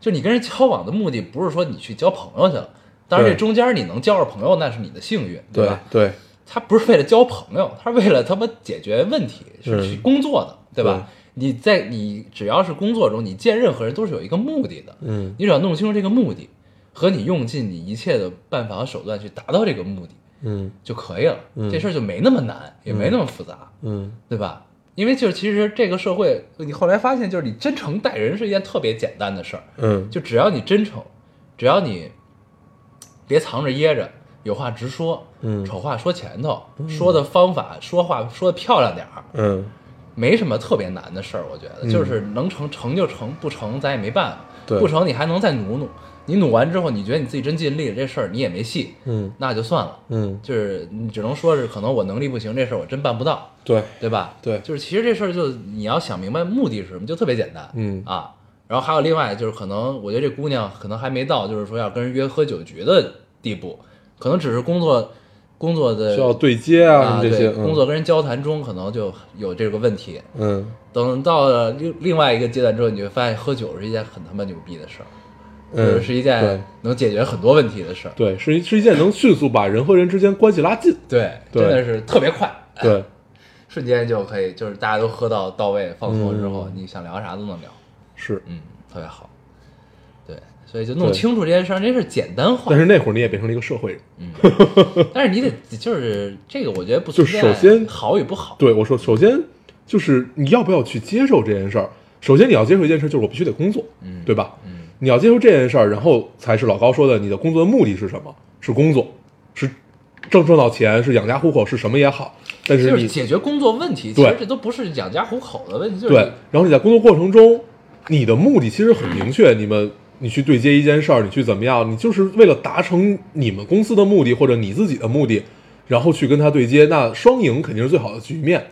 Speaker 4: 就你跟人交往的目的，不是说你去交朋友去了。当然，
Speaker 3: 对
Speaker 4: 这中间你能交着朋友，那是你的幸运，
Speaker 3: 对
Speaker 4: 吧？
Speaker 3: 对，
Speaker 4: 他不是为了交朋友，他是为了他妈解决问题，是
Speaker 3: 嗯
Speaker 4: 去工作的，对吧？你在你只要是工作中，你见任何人都是有一个目的的，
Speaker 3: 嗯
Speaker 4: 你只要弄清楚这个目的，和你用尽你一切的办法和手段去达到这个目的
Speaker 3: 嗯
Speaker 4: 就可以了。
Speaker 3: 嗯
Speaker 4: 这事儿就没那么难，也没那么复杂，
Speaker 3: 嗯
Speaker 4: 对吧？因为就是其实这个社会，你后来发现，就是你真诚待人是一件特别简单的事儿，
Speaker 3: 嗯，
Speaker 4: 就只要你真诚，只要你别藏着掖着，有话直说，
Speaker 3: 嗯
Speaker 4: 丑话说前头，说的方法，说话说的漂亮点儿，
Speaker 3: 嗯
Speaker 4: 没什么特别难的事儿，我觉得就是能成成就成，不成咱也没办法，
Speaker 3: 对
Speaker 4: 不成你还能再努努，你努完之后，你觉得你自己真尽力了，这事儿你也没戏，
Speaker 3: 嗯
Speaker 4: 那就算了，
Speaker 3: 嗯，
Speaker 4: 就是你只能说是可能我能力不行，这事儿我真办不到，
Speaker 3: 对，
Speaker 4: 对吧？
Speaker 3: 对
Speaker 4: 就是其实这事儿就你要想明白目的是什么，就特别简单，
Speaker 3: 嗯
Speaker 4: 啊。然后还有另外就是可能我觉得这姑娘可能还没到就是说要跟人约喝酒局的地步，可能只是工作工作的
Speaker 3: 需要对接啊什
Speaker 4: 呃啊
Speaker 3: 么这些
Speaker 4: 对工，作跟人交谈中可能就有这个问题。
Speaker 3: 嗯
Speaker 4: 等到了另另外一个阶段之后，你就发现喝酒是一件很他妈牛逼的事儿，
Speaker 3: 嗯
Speaker 4: 就
Speaker 3: 嗯，
Speaker 4: 是是一
Speaker 3: 对
Speaker 4: 件能解决很多问题的事儿。
Speaker 3: 对，是一是一件能迅速把人和人之间关系拉近。
Speaker 4: 对，
Speaker 3: 对
Speaker 4: 真的是特别快。
Speaker 3: 对，
Speaker 4: 瞬间就可以，就是大家都喝到到位、放松之
Speaker 3: 嗯
Speaker 4: 后，你想聊啥都能聊，
Speaker 3: 是。
Speaker 4: 嗯，特别好。对，所以就弄清楚这件事儿，这件事儿简单化嗯
Speaker 3: 但，是那会儿你也变成了一个社会人。
Speaker 4: [LAUGHS] 但是你得就是这个，我觉得不
Speaker 3: 就
Speaker 4: 存在
Speaker 3: 首先
Speaker 4: 好与不好，
Speaker 3: 对我说，首先就是你要不要去接受这件事儿。首先你要接受一件事，就是我必须得工作，
Speaker 6: 嗯
Speaker 3: 对吧？
Speaker 6: 嗯，
Speaker 3: 你要接受这件事儿，然后才是老高说的，你的工作的目的是什么？是工作，是挣挣到钱，是养家糊口，是什么也好。但是
Speaker 4: 就
Speaker 3: 你
Speaker 4: 是解决工作问题，其实
Speaker 3: 对
Speaker 4: 这都不是养家糊口的问题，就是
Speaker 3: 对
Speaker 4: 你，
Speaker 3: 然后你在工作过程中，你的目的其实很明确，你们你去对接一件事儿，你去怎么样，你就是为了达成你们公司的目的或者你自己的目的，然后去跟他对接，那双赢肯定是最好的局面，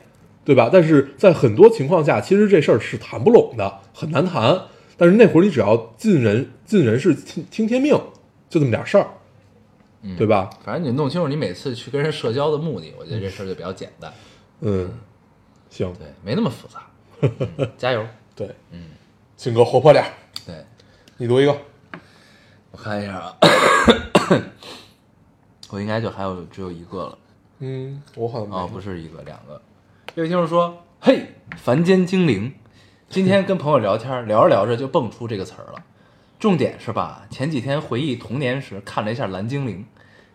Speaker 3: 对吧？但是在很多情况下，其实这事儿是谈不拢的，很难谈。但是那会儿你只要尽人尽人事听听天命，就这么点事儿，对吧？
Speaker 4: 反正你弄清楚你每次去跟人社交的目的，我觉得这事儿就比较简单，
Speaker 3: 嗯，行，
Speaker 4: 对，没那么复杂。
Speaker 3: [LAUGHS]
Speaker 4: 嗯加油！
Speaker 3: 对，嗯，性格活泼点儿，
Speaker 4: 对
Speaker 3: 你读一个，
Speaker 4: 我看一下啊， [COUGHS] 我应该就还有只有一个了。
Speaker 3: 嗯，我好像没
Speaker 4: 哦，不是一个，两个。这位听众说：“嘿，凡间精灵，今天跟朋友聊天，聊着聊着就蹦出这个词儿了。重点是吧？前几天回忆童年时看了一下《蓝精灵》，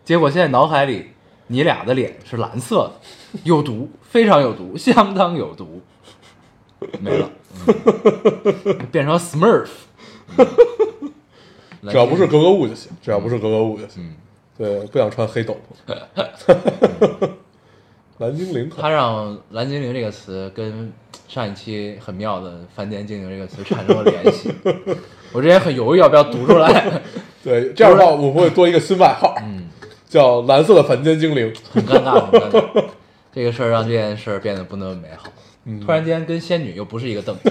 Speaker 4: 结果现在脑海里你俩的脸是蓝色的，有毒，非常有毒，相当有毒。没了，嗯变成 Smurf。嗯”蓝
Speaker 3: 只要
Speaker 4: 天嗯
Speaker 3: 不是格格巫就行，只要不是格格巫就行。对，不想穿黑斗篷。
Speaker 4: [LAUGHS]
Speaker 3: 蓝精灵可
Speaker 4: 他让“蓝精灵”这个词跟上一期很妙的“凡间精灵”这个词产生了联系。 [LAUGHS] 我之前很犹豫要不要读出来， [LAUGHS]
Speaker 3: 对，这样的话我们会多一个新外号，
Speaker 4: 嗯
Speaker 3: 叫蓝色的凡间精灵。
Speaker 4: 很尴尬，很尴尬。这个事儿让这件事儿变得不那么美好。突然间跟仙女又不是一个等级，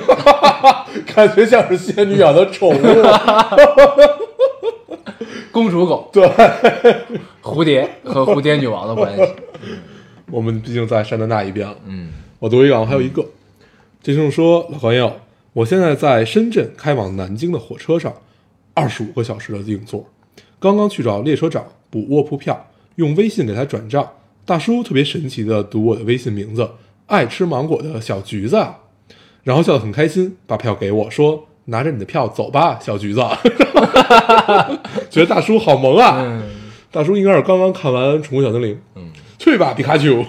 Speaker 3: 感觉像是仙女养的宠物。
Speaker 4: 公主狗、
Speaker 3: 对，
Speaker 4: [LAUGHS] 蝴蝶和蝴蝶女王的关系。
Speaker 3: 我们毕竟在山的那一边了。啊
Speaker 6: 嗯，
Speaker 3: 我读一个，我还有一个。这听众说：“老朋友，我现在在深圳开往南京的火车上，二十五个小时的硬座，刚刚去找列车长补卧铺票，用微信给他转账。大叔特别神奇的读我的微信名字，爱吃芒果的小橘子啊，然后笑得很开心，把票给我说。”拿着你的票走吧，小橘子。啊 [LAUGHS] 觉得大叔好萌啊！
Speaker 4: 嗯，
Speaker 3: 大叔应该是刚刚看完《宠物小精灵》，嗯，去吧，皮卡丘，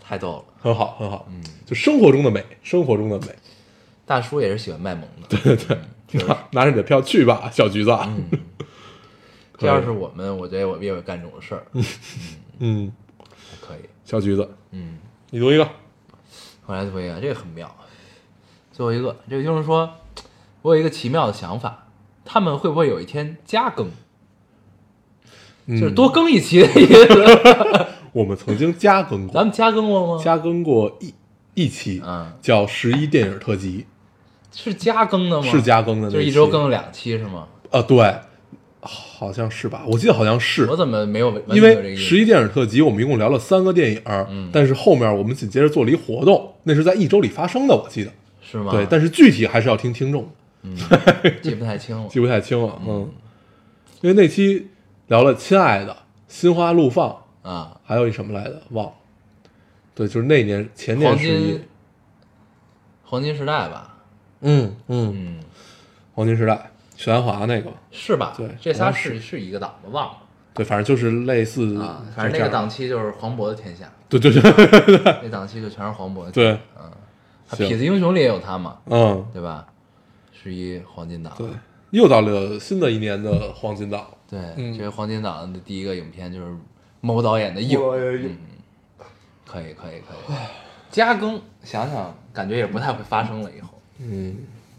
Speaker 4: 太逗了。
Speaker 3: 很好，很好，嗯，就生活中的美，生活中的美，
Speaker 4: 大叔也是喜欢卖萌的。嗯
Speaker 3: 拿拿着你的票去吧，小橘子，
Speaker 4: 这要是我们，我觉得我们也会干这种事儿。
Speaker 3: 嗯，
Speaker 4: 可以，
Speaker 3: 小橘子，
Speaker 4: 嗯，
Speaker 3: 你读一个，
Speaker 4: 我来读一个，这个很妙。最后一个，这个就是说，我有一个奇妙的想法，他们会不会有一天加更，
Speaker 3: 嗯
Speaker 4: 就是多更一期的意思？
Speaker 3: 我们曾经加更
Speaker 4: [LAUGHS]
Speaker 3: 过，
Speaker 4: 咱们加更过吗？
Speaker 3: 加更过一一期，
Speaker 4: 嗯
Speaker 3: 叫十一电影特辑，
Speaker 4: 是加更的吗？
Speaker 3: 是加更的那期，
Speaker 4: 就是一周更了两期是吗？
Speaker 3: 啊，对，好像是吧，我记得好像是
Speaker 4: 我。怎么没有完全
Speaker 3: 因
Speaker 4: 没有这个
Speaker 3: 为
Speaker 4: 意思？
Speaker 3: 十一电影特辑，我们一共聊了三个电影，嗯、但是后面我们紧接着做了一活动，那是在一周里发生的，我记得。
Speaker 4: 是吗？
Speaker 3: 对，但是具体还是要听听众的，
Speaker 4: 记不太清了
Speaker 3: 记。不太清了。嗯，因为那期聊了《亲爱的》《心花怒放》，
Speaker 4: 啊，
Speaker 3: 还有一什么来着，忘了。对，就是那年前年
Speaker 4: 黄
Speaker 3: 十一
Speaker 4: 金，黄金时代吧？
Speaker 3: 嗯嗯，
Speaker 4: 嗯，
Speaker 3: 黄金时代，许鞍华那个，
Speaker 4: 是吧？
Speaker 3: 对
Speaker 4: 这仨
Speaker 3: 好像
Speaker 4: 是是一个档的，忘了
Speaker 3: 对，反正就是类似
Speaker 4: 啊。反正那个
Speaker 3: 就嗯这样
Speaker 4: 档，期就是黄渤的天
Speaker 3: [LAUGHS]
Speaker 4: 下，
Speaker 3: 对对对
Speaker 4: 那档期就全是黄渤的天
Speaker 3: 对，
Speaker 4: 下。
Speaker 3: 行
Speaker 4: 痞子英雄里也有他嘛，
Speaker 3: 嗯
Speaker 4: 对吧？十一黄金档，
Speaker 3: 对，又到了新的一年的黄金档，
Speaker 4: 对，
Speaker 3: 嗯
Speaker 4: 这个黄金档的第一个影片就是某导演的影，嗯可以可以可以。加更想想感觉也不太会发生了，以后
Speaker 3: 嗯，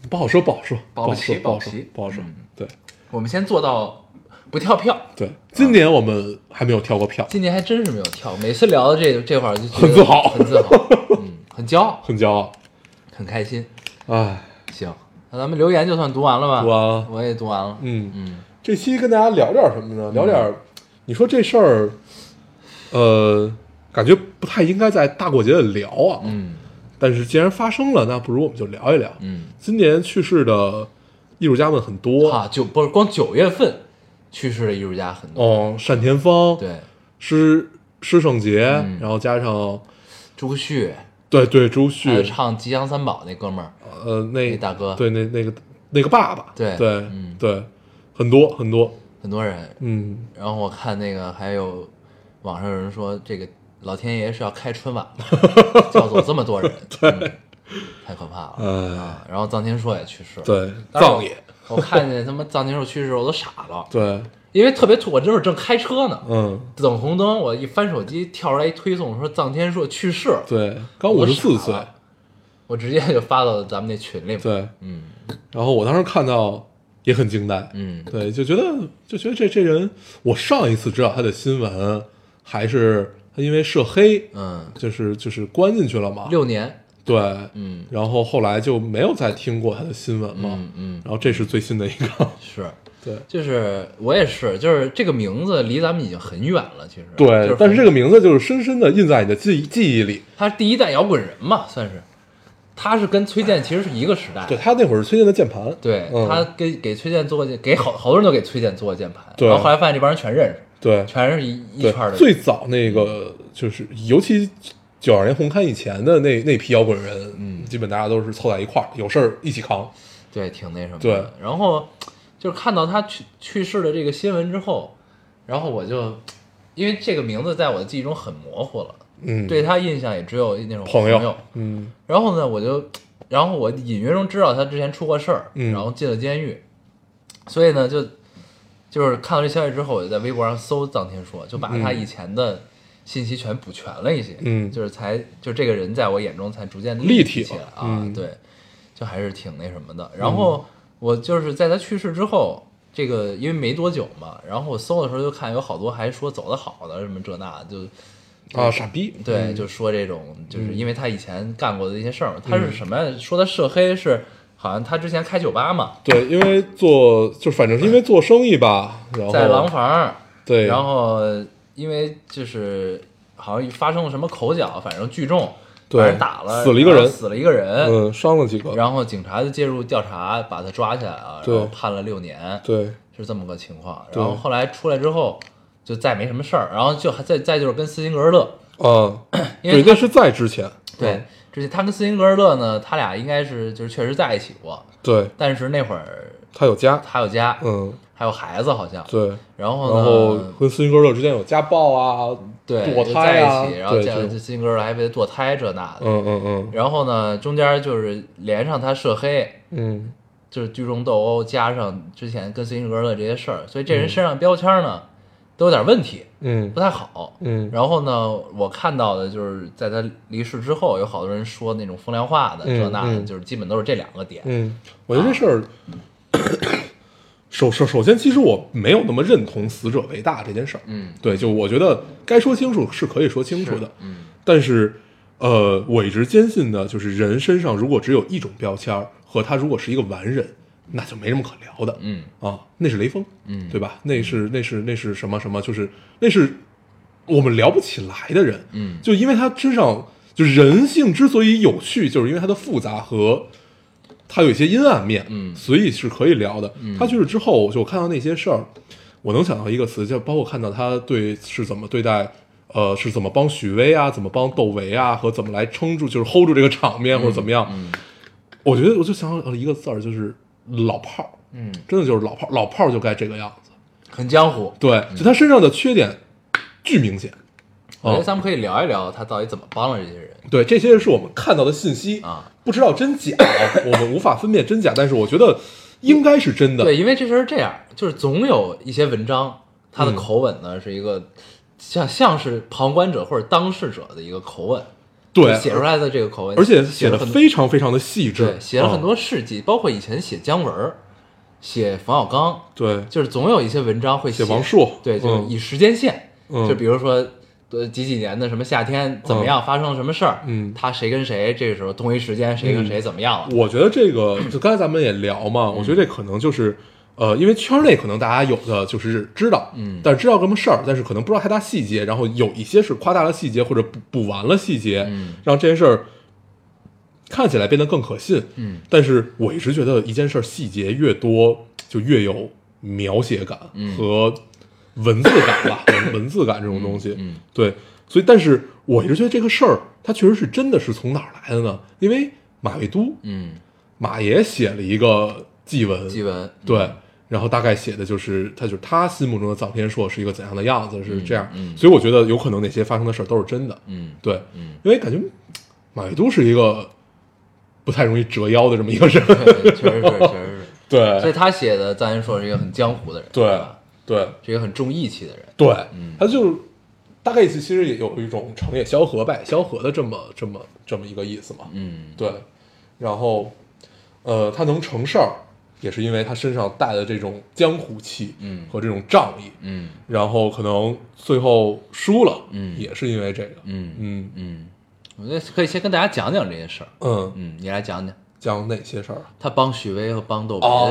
Speaker 3: 不好说，不好说，
Speaker 4: 保
Speaker 3: 好
Speaker 4: 不齐
Speaker 3: 说，不好
Speaker 4: 保不
Speaker 3: 说
Speaker 4: 齐，
Speaker 3: 不好说
Speaker 4: 嗯，
Speaker 3: 对
Speaker 4: 我们先做到不跳票。
Speaker 3: 对，今年我们还没有跳过票，
Speaker 4: 今年还真是没有跳，每次聊到这这会儿就觉得
Speaker 3: 很自豪
Speaker 4: 很 [LAUGHS] 自豪，嗯，很骄傲，
Speaker 3: 很骄傲，
Speaker 4: 很开心。
Speaker 3: 唉，
Speaker 4: 行，那咱们留言就算读完了吧？
Speaker 3: 读完了
Speaker 4: 我也读完了。
Speaker 3: 嗯
Speaker 4: 嗯，
Speaker 3: 这期跟大家聊点什么呢？聊点儿，你说这事儿，呃，感觉不太应该在大过节的聊啊。
Speaker 4: 嗯
Speaker 3: 但是既然发生了，那不如我们就聊一聊。
Speaker 4: 嗯，
Speaker 3: 今年去世的艺术家们很多
Speaker 4: 啊，九不是光九月份去世的艺术家很多，
Speaker 3: 哦，单田芳、
Speaker 4: 对，
Speaker 3: 施施圣杰，
Speaker 4: 嗯
Speaker 3: 然后加上
Speaker 4: 朱旭，
Speaker 3: 对对朱
Speaker 4: 还有
Speaker 3: 旭，
Speaker 4: 唱《吉祥三宝》那哥们儿，
Speaker 3: 呃，那
Speaker 4: 那大哥
Speaker 3: 对那那个那个爸爸，
Speaker 4: 对
Speaker 3: 对、
Speaker 4: 嗯
Speaker 3: 对，很多很多，
Speaker 4: 很多人。
Speaker 3: 嗯，
Speaker 4: 然后我看那个还有网上有人说，这个老天爷是要开春晚，叫走这么多人，
Speaker 3: [LAUGHS]
Speaker 4: 对、太可怕了。
Speaker 3: 哎，
Speaker 4: 啊，然后臧天朔也去世了。
Speaker 3: 对，
Speaker 4: 当时我
Speaker 3: 藏也，
Speaker 4: 我看见他妈藏天朔去世，我都傻了，
Speaker 3: 对，
Speaker 4: 因为特别土，我这会儿正开车呢，
Speaker 3: 嗯，
Speaker 4: 等红灯，我一翻手机，跳出来一推送说藏天朔去世，
Speaker 3: 对，刚
Speaker 4: 我
Speaker 3: 五十四
Speaker 4: 傻
Speaker 3: 岁，
Speaker 4: 了我直接就发到咱们那群里面。
Speaker 3: 对，
Speaker 4: 嗯
Speaker 3: 然后我当时看到也很惊呆，
Speaker 4: 嗯
Speaker 3: 对，就觉得就觉得这这人，我上一次知道他的新闻还是他因为涉黑，
Speaker 4: 嗯，
Speaker 3: 就是就是关进去了嘛，
Speaker 4: 六年，
Speaker 3: 对，
Speaker 4: 嗯
Speaker 3: 然后后来就没有再听过他的新闻嘛，
Speaker 4: 嗯嗯
Speaker 3: 然后这是最新的一个，
Speaker 4: 是，
Speaker 3: 对
Speaker 4: 就是我也是，就是这个名字离咱们已经很远了，其实就
Speaker 3: 对，但是这
Speaker 4: 个
Speaker 3: 个名字就是深深的印在你的记忆记忆里，
Speaker 4: 他是第一代摇滚人嘛，算是，他是跟崔健其实是一个时代的，
Speaker 3: 对他那会儿是崔健的键盘，
Speaker 4: 对、
Speaker 3: 嗯
Speaker 4: 他给给崔健做过键，给好好多人都给崔健做过键盘，
Speaker 3: 对
Speaker 4: 然后后来发现这帮人全认识，
Speaker 3: 对
Speaker 4: 全是一一
Speaker 3: 对
Speaker 4: 圈儿的，
Speaker 3: 最早那个就是尤其。九二年红刊以前的那那批摇滚人，嗯，基本大家都是凑在一块儿，有事儿一起扛，
Speaker 4: 对挺那什么的。
Speaker 3: 对，
Speaker 4: 然后就是看到他去去世的这个新闻之后，然后我就因为这个名字在我的记忆中很模糊了，
Speaker 3: 嗯，
Speaker 4: 对他印象也只有那种
Speaker 3: 朋
Speaker 4: 友。
Speaker 3: 嗯
Speaker 4: 然后呢，我就然后我隐约中知道他之前出过事儿，
Speaker 3: 嗯
Speaker 4: 然后进了监狱，所以呢，就就是看到这消息之后，我就在微博上搜臧天朔，就把他
Speaker 3: 嗯
Speaker 4: 以前的信息全补全了一些，
Speaker 3: 嗯
Speaker 4: 就是才就这个人在我眼中才逐渐
Speaker 3: 立
Speaker 4: 体
Speaker 3: 体了
Speaker 4: 起来啊，
Speaker 3: 嗯
Speaker 4: 对，就还是挺那什么的。然后我就是在他去世之后。这个因为没多久嘛，然后我搜的时候就看有好多还说走的好的什么这那，就
Speaker 3: 啊，傻逼，
Speaker 4: 对，
Speaker 3: 嗯
Speaker 4: 就说这种，就是因为他以前干过的一些事儿嘛。他是什么呀？说他涉黑是好像他之前开酒吧嘛，
Speaker 3: 对，因为做就反正是因为做生意吧，然后
Speaker 4: 在廊坊儿，
Speaker 3: 哦对，
Speaker 4: 然后因为就是好像发生了什么口角，反正聚众，
Speaker 3: 对
Speaker 4: 反正打了
Speaker 3: 死了一个人
Speaker 4: 然后死了一个人，
Speaker 3: 嗯，伤了几个，
Speaker 4: 然后警察就介入调查，把他抓起来啊，然后
Speaker 3: 对
Speaker 4: 判了六年，
Speaker 3: 对，
Speaker 4: 是这么个情况。
Speaker 3: 对
Speaker 4: 然后后来出来之后就再没什么事儿，然后就还再再就是跟斯琴格日乐，
Speaker 3: 啊，
Speaker 4: 因为
Speaker 3: 对，那是在之前，嗯
Speaker 4: 对，之前他跟斯琴格日乐呢，他俩应该是就是确实在一起过，
Speaker 3: 对
Speaker 4: 但是那会儿
Speaker 3: 他有家，
Speaker 4: 他有家，
Speaker 3: 嗯，
Speaker 4: 还有孩子好像，
Speaker 3: 对，
Speaker 4: 然后呢，
Speaker 3: 然后跟斯琴格勒之间有家暴啊，
Speaker 4: 对
Speaker 3: 堕
Speaker 4: 就
Speaker 3: 胎啊
Speaker 4: 在一起，然后
Speaker 3: 对，
Speaker 4: 加
Speaker 3: 这
Speaker 4: 上
Speaker 3: 种
Speaker 4: 斯琴格日乐还被堕胎这那的，
Speaker 3: 嗯嗯
Speaker 4: 然后呢，中间就是连上他涉黑，
Speaker 3: 嗯嗯，
Speaker 4: 就是聚众斗殴，加上之前跟斯琴格日乐这些事儿，所以这人身上标签呢、都有点问题，
Speaker 3: 嗯
Speaker 4: 不太好。
Speaker 3: 嗯
Speaker 4: 然后呢，我看到的就是在他离世之后，有好多人说那种风凉话的，
Speaker 3: 嗯
Speaker 4: 这那的，
Speaker 3: 嗯
Speaker 4: 就是基本都是这两个点。
Speaker 3: 嗯，我觉得这事儿，首首首先，其实我没有那么认同死者为大这件事儿，
Speaker 6: 嗯，
Speaker 3: 对，就我觉得该说清楚是可以说清楚的，
Speaker 6: 嗯，
Speaker 3: 但是，呃，我一直坚信呢，就是人身上如果只有一种标签儿，和他如果是一个完人，那就没什么可聊的。
Speaker 6: 嗯
Speaker 3: 啊，那是雷锋，
Speaker 6: 嗯
Speaker 3: 对吧？那是那是那是什么什么？就是那是我们聊不起来的人。
Speaker 6: 嗯
Speaker 3: 就因为他身上就是人性之所以有趣，就是因为它的复杂和它有一些阴暗面，
Speaker 6: 嗯
Speaker 3: 所以是可以聊的。他去世之后，就我看到那些事儿，我能想到一个词，就包括看到他对是怎么对待。呃，是怎么帮许巍啊，怎么帮窦唯啊，和怎么来撑住，就是 hold 住这个场面，或者怎么样？
Speaker 6: 嗯
Speaker 3: 我觉得我就想到了一个字儿，就是老炮儿，
Speaker 6: 嗯，
Speaker 3: 真的就是老炮儿，老炮儿就该这个样子。
Speaker 4: 很江湖，
Speaker 3: 对，就他身上的缺点巨明显，
Speaker 4: 我觉得
Speaker 3: 哦
Speaker 4: 咱们可以聊一聊他到底怎么帮了这些人
Speaker 3: 对，这些是我们看到的信息
Speaker 4: 啊。
Speaker 3: 不知道真假， [COUGHS] 我们无法分辨真假，但是我觉得应该是真的。
Speaker 4: 对，因为这事儿是这样，就是总有一些文章，他的
Speaker 3: 嗯
Speaker 4: 口吻呢、是一个像像是旁观者或者当事者的一个口吻，
Speaker 3: 对
Speaker 4: 就写出来的这个口吻，
Speaker 3: 而且
Speaker 4: 写
Speaker 3: 写
Speaker 4: 了
Speaker 3: 的
Speaker 4: 很
Speaker 3: 非常非常的细致
Speaker 4: 对，，写了很
Speaker 3: 嗯。
Speaker 4: 多事迹，包括以前写姜文儿，写冯小刚，
Speaker 3: 对，
Speaker 4: 就是总有一些文章会
Speaker 3: 写王朔
Speaker 4: 对，就是
Speaker 3: 嗯
Speaker 4: 以时间线，
Speaker 3: 嗯
Speaker 4: 就比如说。呃，几几年的什么夏天怎么样？发生了什么事儿？
Speaker 3: 嗯
Speaker 4: 他谁跟谁这个时候同一时间谁跟谁怎么样了？
Speaker 3: 我觉得这个就刚才咱们也聊嘛，
Speaker 4: 嗯
Speaker 3: 我觉得这可能就是。呃，因为圈内可能大家有的就是知道，嗯，但是知道这么事儿，但是可能不知道太大细节，然后有一些是夸大了细节或者补补完了细节，嗯，让这件事儿看起来变得更可信，嗯，但是我一直觉得一件事儿细节越多就越有描写感和文字感吧，文 [COUGHS] 文字感这种东西，
Speaker 6: 嗯
Speaker 3: 对，所以但是我一直觉得这个事儿它确实是真的是从哪儿来的呢？因为马未都，
Speaker 6: 嗯，
Speaker 3: 马爷写了一个祭文，
Speaker 4: 纪嗯文，
Speaker 3: 对，然后大概写的就是他就是他心目中的臧天朔是一个怎样的样子，是这样，所以我觉得有可能那些发生的事儿都是真的，
Speaker 6: 嗯，
Speaker 3: 对，因为感觉马未都是一个不太容易折腰的这么一个人，
Speaker 4: 对嗯确实是，确实是。所以
Speaker 3: 对，
Speaker 4: 他写的，咱说是一个很江湖的人，
Speaker 3: [LAUGHS] 对
Speaker 4: 吧？，
Speaker 3: 对，
Speaker 4: 是一个很重义气的人，
Speaker 3: 对，
Speaker 6: 嗯
Speaker 3: 他就大概意思其实也有一种成也萧何，败也萧何的这么这么这么一个意思嘛，
Speaker 6: 嗯
Speaker 3: 对，然后，呃，他能成事儿，也是因为他身上带的这种江湖气，
Speaker 6: 嗯
Speaker 3: 和这种仗义，
Speaker 6: 嗯
Speaker 3: 然后可能最后输了，
Speaker 6: 嗯
Speaker 3: 也是因为这个，
Speaker 6: 嗯
Speaker 3: 嗯
Speaker 6: 嗯
Speaker 4: 我觉得可以先跟大家讲讲这些事儿。
Speaker 3: 嗯，
Speaker 4: 嗯，你来讲讲
Speaker 3: 讲哪些事儿啊？
Speaker 4: 他帮许巍和帮窦唯的事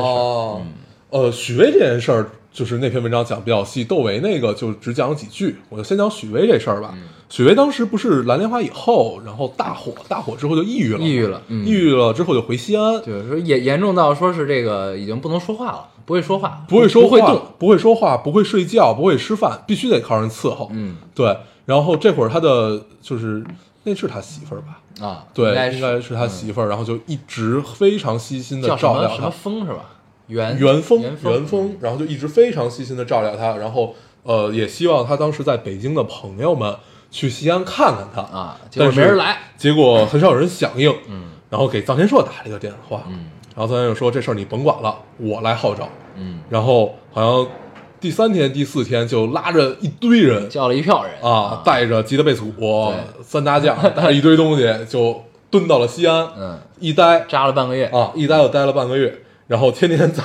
Speaker 4: 儿。
Speaker 3: 哦
Speaker 4: 嗯
Speaker 3: 呃，许巍这件事儿，就是那篇文章讲比较细，窦唯那个就只讲了几句。我就先讲许巍这事儿吧。
Speaker 4: 嗯
Speaker 3: 许巍当时不是蓝莲花以后，然后大火，大火之后就抑郁了，
Speaker 4: 抑郁了嗯
Speaker 3: 抑郁了之后就回西安，
Speaker 4: 就是说严严重到说是这个已经不能说话了，不会说话，
Speaker 3: 不会说话，
Speaker 4: 不会动。
Speaker 3: 不会说话，不会睡觉，不会吃饭，必须得靠人伺候。
Speaker 6: 嗯，
Speaker 3: 对。然后这会儿他的就是那是他媳妇儿吧？
Speaker 4: 啊，
Speaker 3: 对，
Speaker 4: 应该
Speaker 3: 应该是他媳妇儿，然后就一直非常细心的
Speaker 4: 叫什
Speaker 3: 照
Speaker 4: 么
Speaker 3: 料
Speaker 4: 什
Speaker 3: 他
Speaker 4: 么。峰是吧？袁
Speaker 3: 元丰，
Speaker 4: 元嗯
Speaker 3: 元丰，然后就一直非常细心的照料他，然后呃，也希望他当时在北京的朋友们去西安看看他
Speaker 4: 啊结果
Speaker 3: 但是
Speaker 4: 没人来，
Speaker 3: 结果很少有人响应，嗯，然后给臧天朔打了一个电话，嗯，然后三爷就说这事儿你甭管了，我来号召。
Speaker 6: 嗯，
Speaker 3: 然后好像第三天、第四天就拉着一堆人
Speaker 4: 叫了一票人，
Speaker 3: 啊，带着吉他贝斯鼓、
Speaker 4: 对
Speaker 3: 三大将，带着一堆东西就蹲到了西安，
Speaker 4: 嗯，
Speaker 3: 一待
Speaker 4: 扎了半个月，
Speaker 3: 啊，一待就待了半个月，然后天天在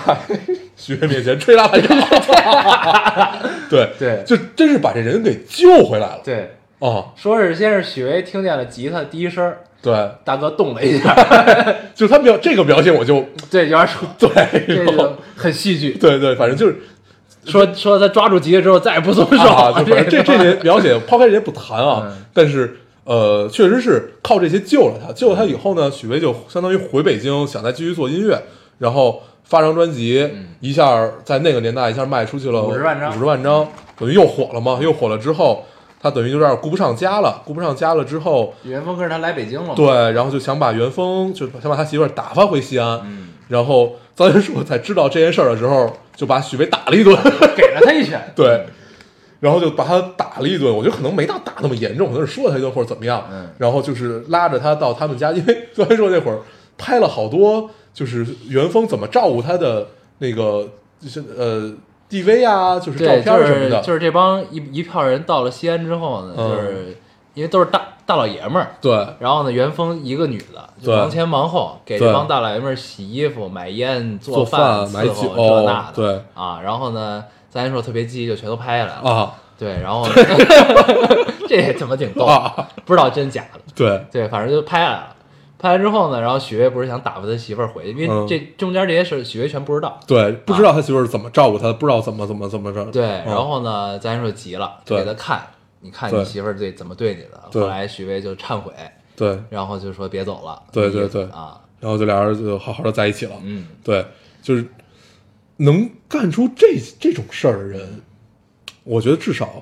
Speaker 3: 许悦面前吹拉弹唱， [LAUGHS] 对
Speaker 6: 对
Speaker 3: 就真是把这人给救回来了。
Speaker 6: 对，
Speaker 3: 哦，
Speaker 6: 说是先是许巍听见了吉他第一声儿，
Speaker 3: 对，
Speaker 6: 大哥动了一下，
Speaker 4: [LAUGHS]
Speaker 3: 就是他表这个表现，我就
Speaker 6: 对，有点
Speaker 3: [LAUGHS]
Speaker 6: 爽，
Speaker 3: 对，
Speaker 6: 这
Speaker 3: 然后
Speaker 6: 就很戏剧。
Speaker 3: [LAUGHS] 对对，反正就是
Speaker 4: [LAUGHS] 说说他抓住吉他之后再也不松手，
Speaker 3: 啊， [LAUGHS] 就反正这
Speaker 4: 个
Speaker 3: 这些
Speaker 4: [LAUGHS]
Speaker 3: 描写，抛开这些不谈啊，但是呃，确实是靠这些救了他。救了他以后呢，许巍就相当于回北京，想再继续做音乐，然后发张专辑，一下儿在那个年代一下卖出去了
Speaker 6: 50万张
Speaker 3: 嗯五十万张，等于又火了嘛，又火了之后。他等于就有点顾不上家了，顾不上家了之后，
Speaker 6: 元丰跟着他来北京了嘛，
Speaker 3: 对，然后就想把元丰，就想把他媳妇儿打发回西安，然后臧元树才知道这件事儿的时候，就把许巍打了一 [LAUGHS] 顿，
Speaker 6: 给了他一拳，
Speaker 3: 对，然后就把他打了一顿，我觉得可能没到打那么严重，可能是说了他一顿或者怎么样，
Speaker 6: 嗯
Speaker 3: 然后就是拉着他到他们家，因为 [LAUGHS] 昨天说那会儿拍了好多，就是元丰怎么照顾他的那个就是呃 DV 啊， [LAUGHS] 就是照
Speaker 4: 对，
Speaker 3: 片
Speaker 4: 就
Speaker 3: 什么
Speaker 4: 是
Speaker 3: 的，
Speaker 4: 就是这帮一一票人到了西安之后呢，
Speaker 3: 嗯
Speaker 4: 就是因为都是大大老爷们儿，
Speaker 3: 对
Speaker 4: 然后呢，元丰一个女的就
Speaker 3: 对
Speaker 4: 忙前忙后，给
Speaker 3: 对
Speaker 4: 这帮大老爷们儿洗衣服、买烟、
Speaker 3: 做
Speaker 4: 饭、
Speaker 3: 饭买
Speaker 4: 伺候
Speaker 3: 酒哦
Speaker 4: 这那的，
Speaker 3: 对
Speaker 4: 啊，然后呢，咱先说特别鸡就全都拍下来了，
Speaker 3: 啊
Speaker 4: 对，然后 [LAUGHS] 这也他妈挺逗，
Speaker 3: 啊，
Speaker 4: 不知道真假的，
Speaker 3: 对
Speaker 4: 对，反正就拍下来了。拍完之后呢，然后许巍不是想打发他媳妇儿回去，因
Speaker 3: 嗯
Speaker 4: 为这中间这些事许巍全不知道，
Speaker 3: 对，不知道他媳妇儿怎么照顾他，不知道怎么怎么怎么着，
Speaker 4: 对，
Speaker 3: 嗯
Speaker 4: 然后呢，咱说急了，就
Speaker 3: 对
Speaker 4: 给他看，你看
Speaker 3: 对
Speaker 4: 你媳妇儿对怎么对你的。
Speaker 3: 对
Speaker 4: 后来许巍就忏悔，
Speaker 3: 对，
Speaker 4: 然后就说别走了。
Speaker 3: 对
Speaker 4: 你
Speaker 3: 对对
Speaker 4: 啊，
Speaker 3: 然后就俩人就好好的在一起了，
Speaker 4: 嗯，
Speaker 3: 对，就是能干出这这种事儿的人，我觉得至少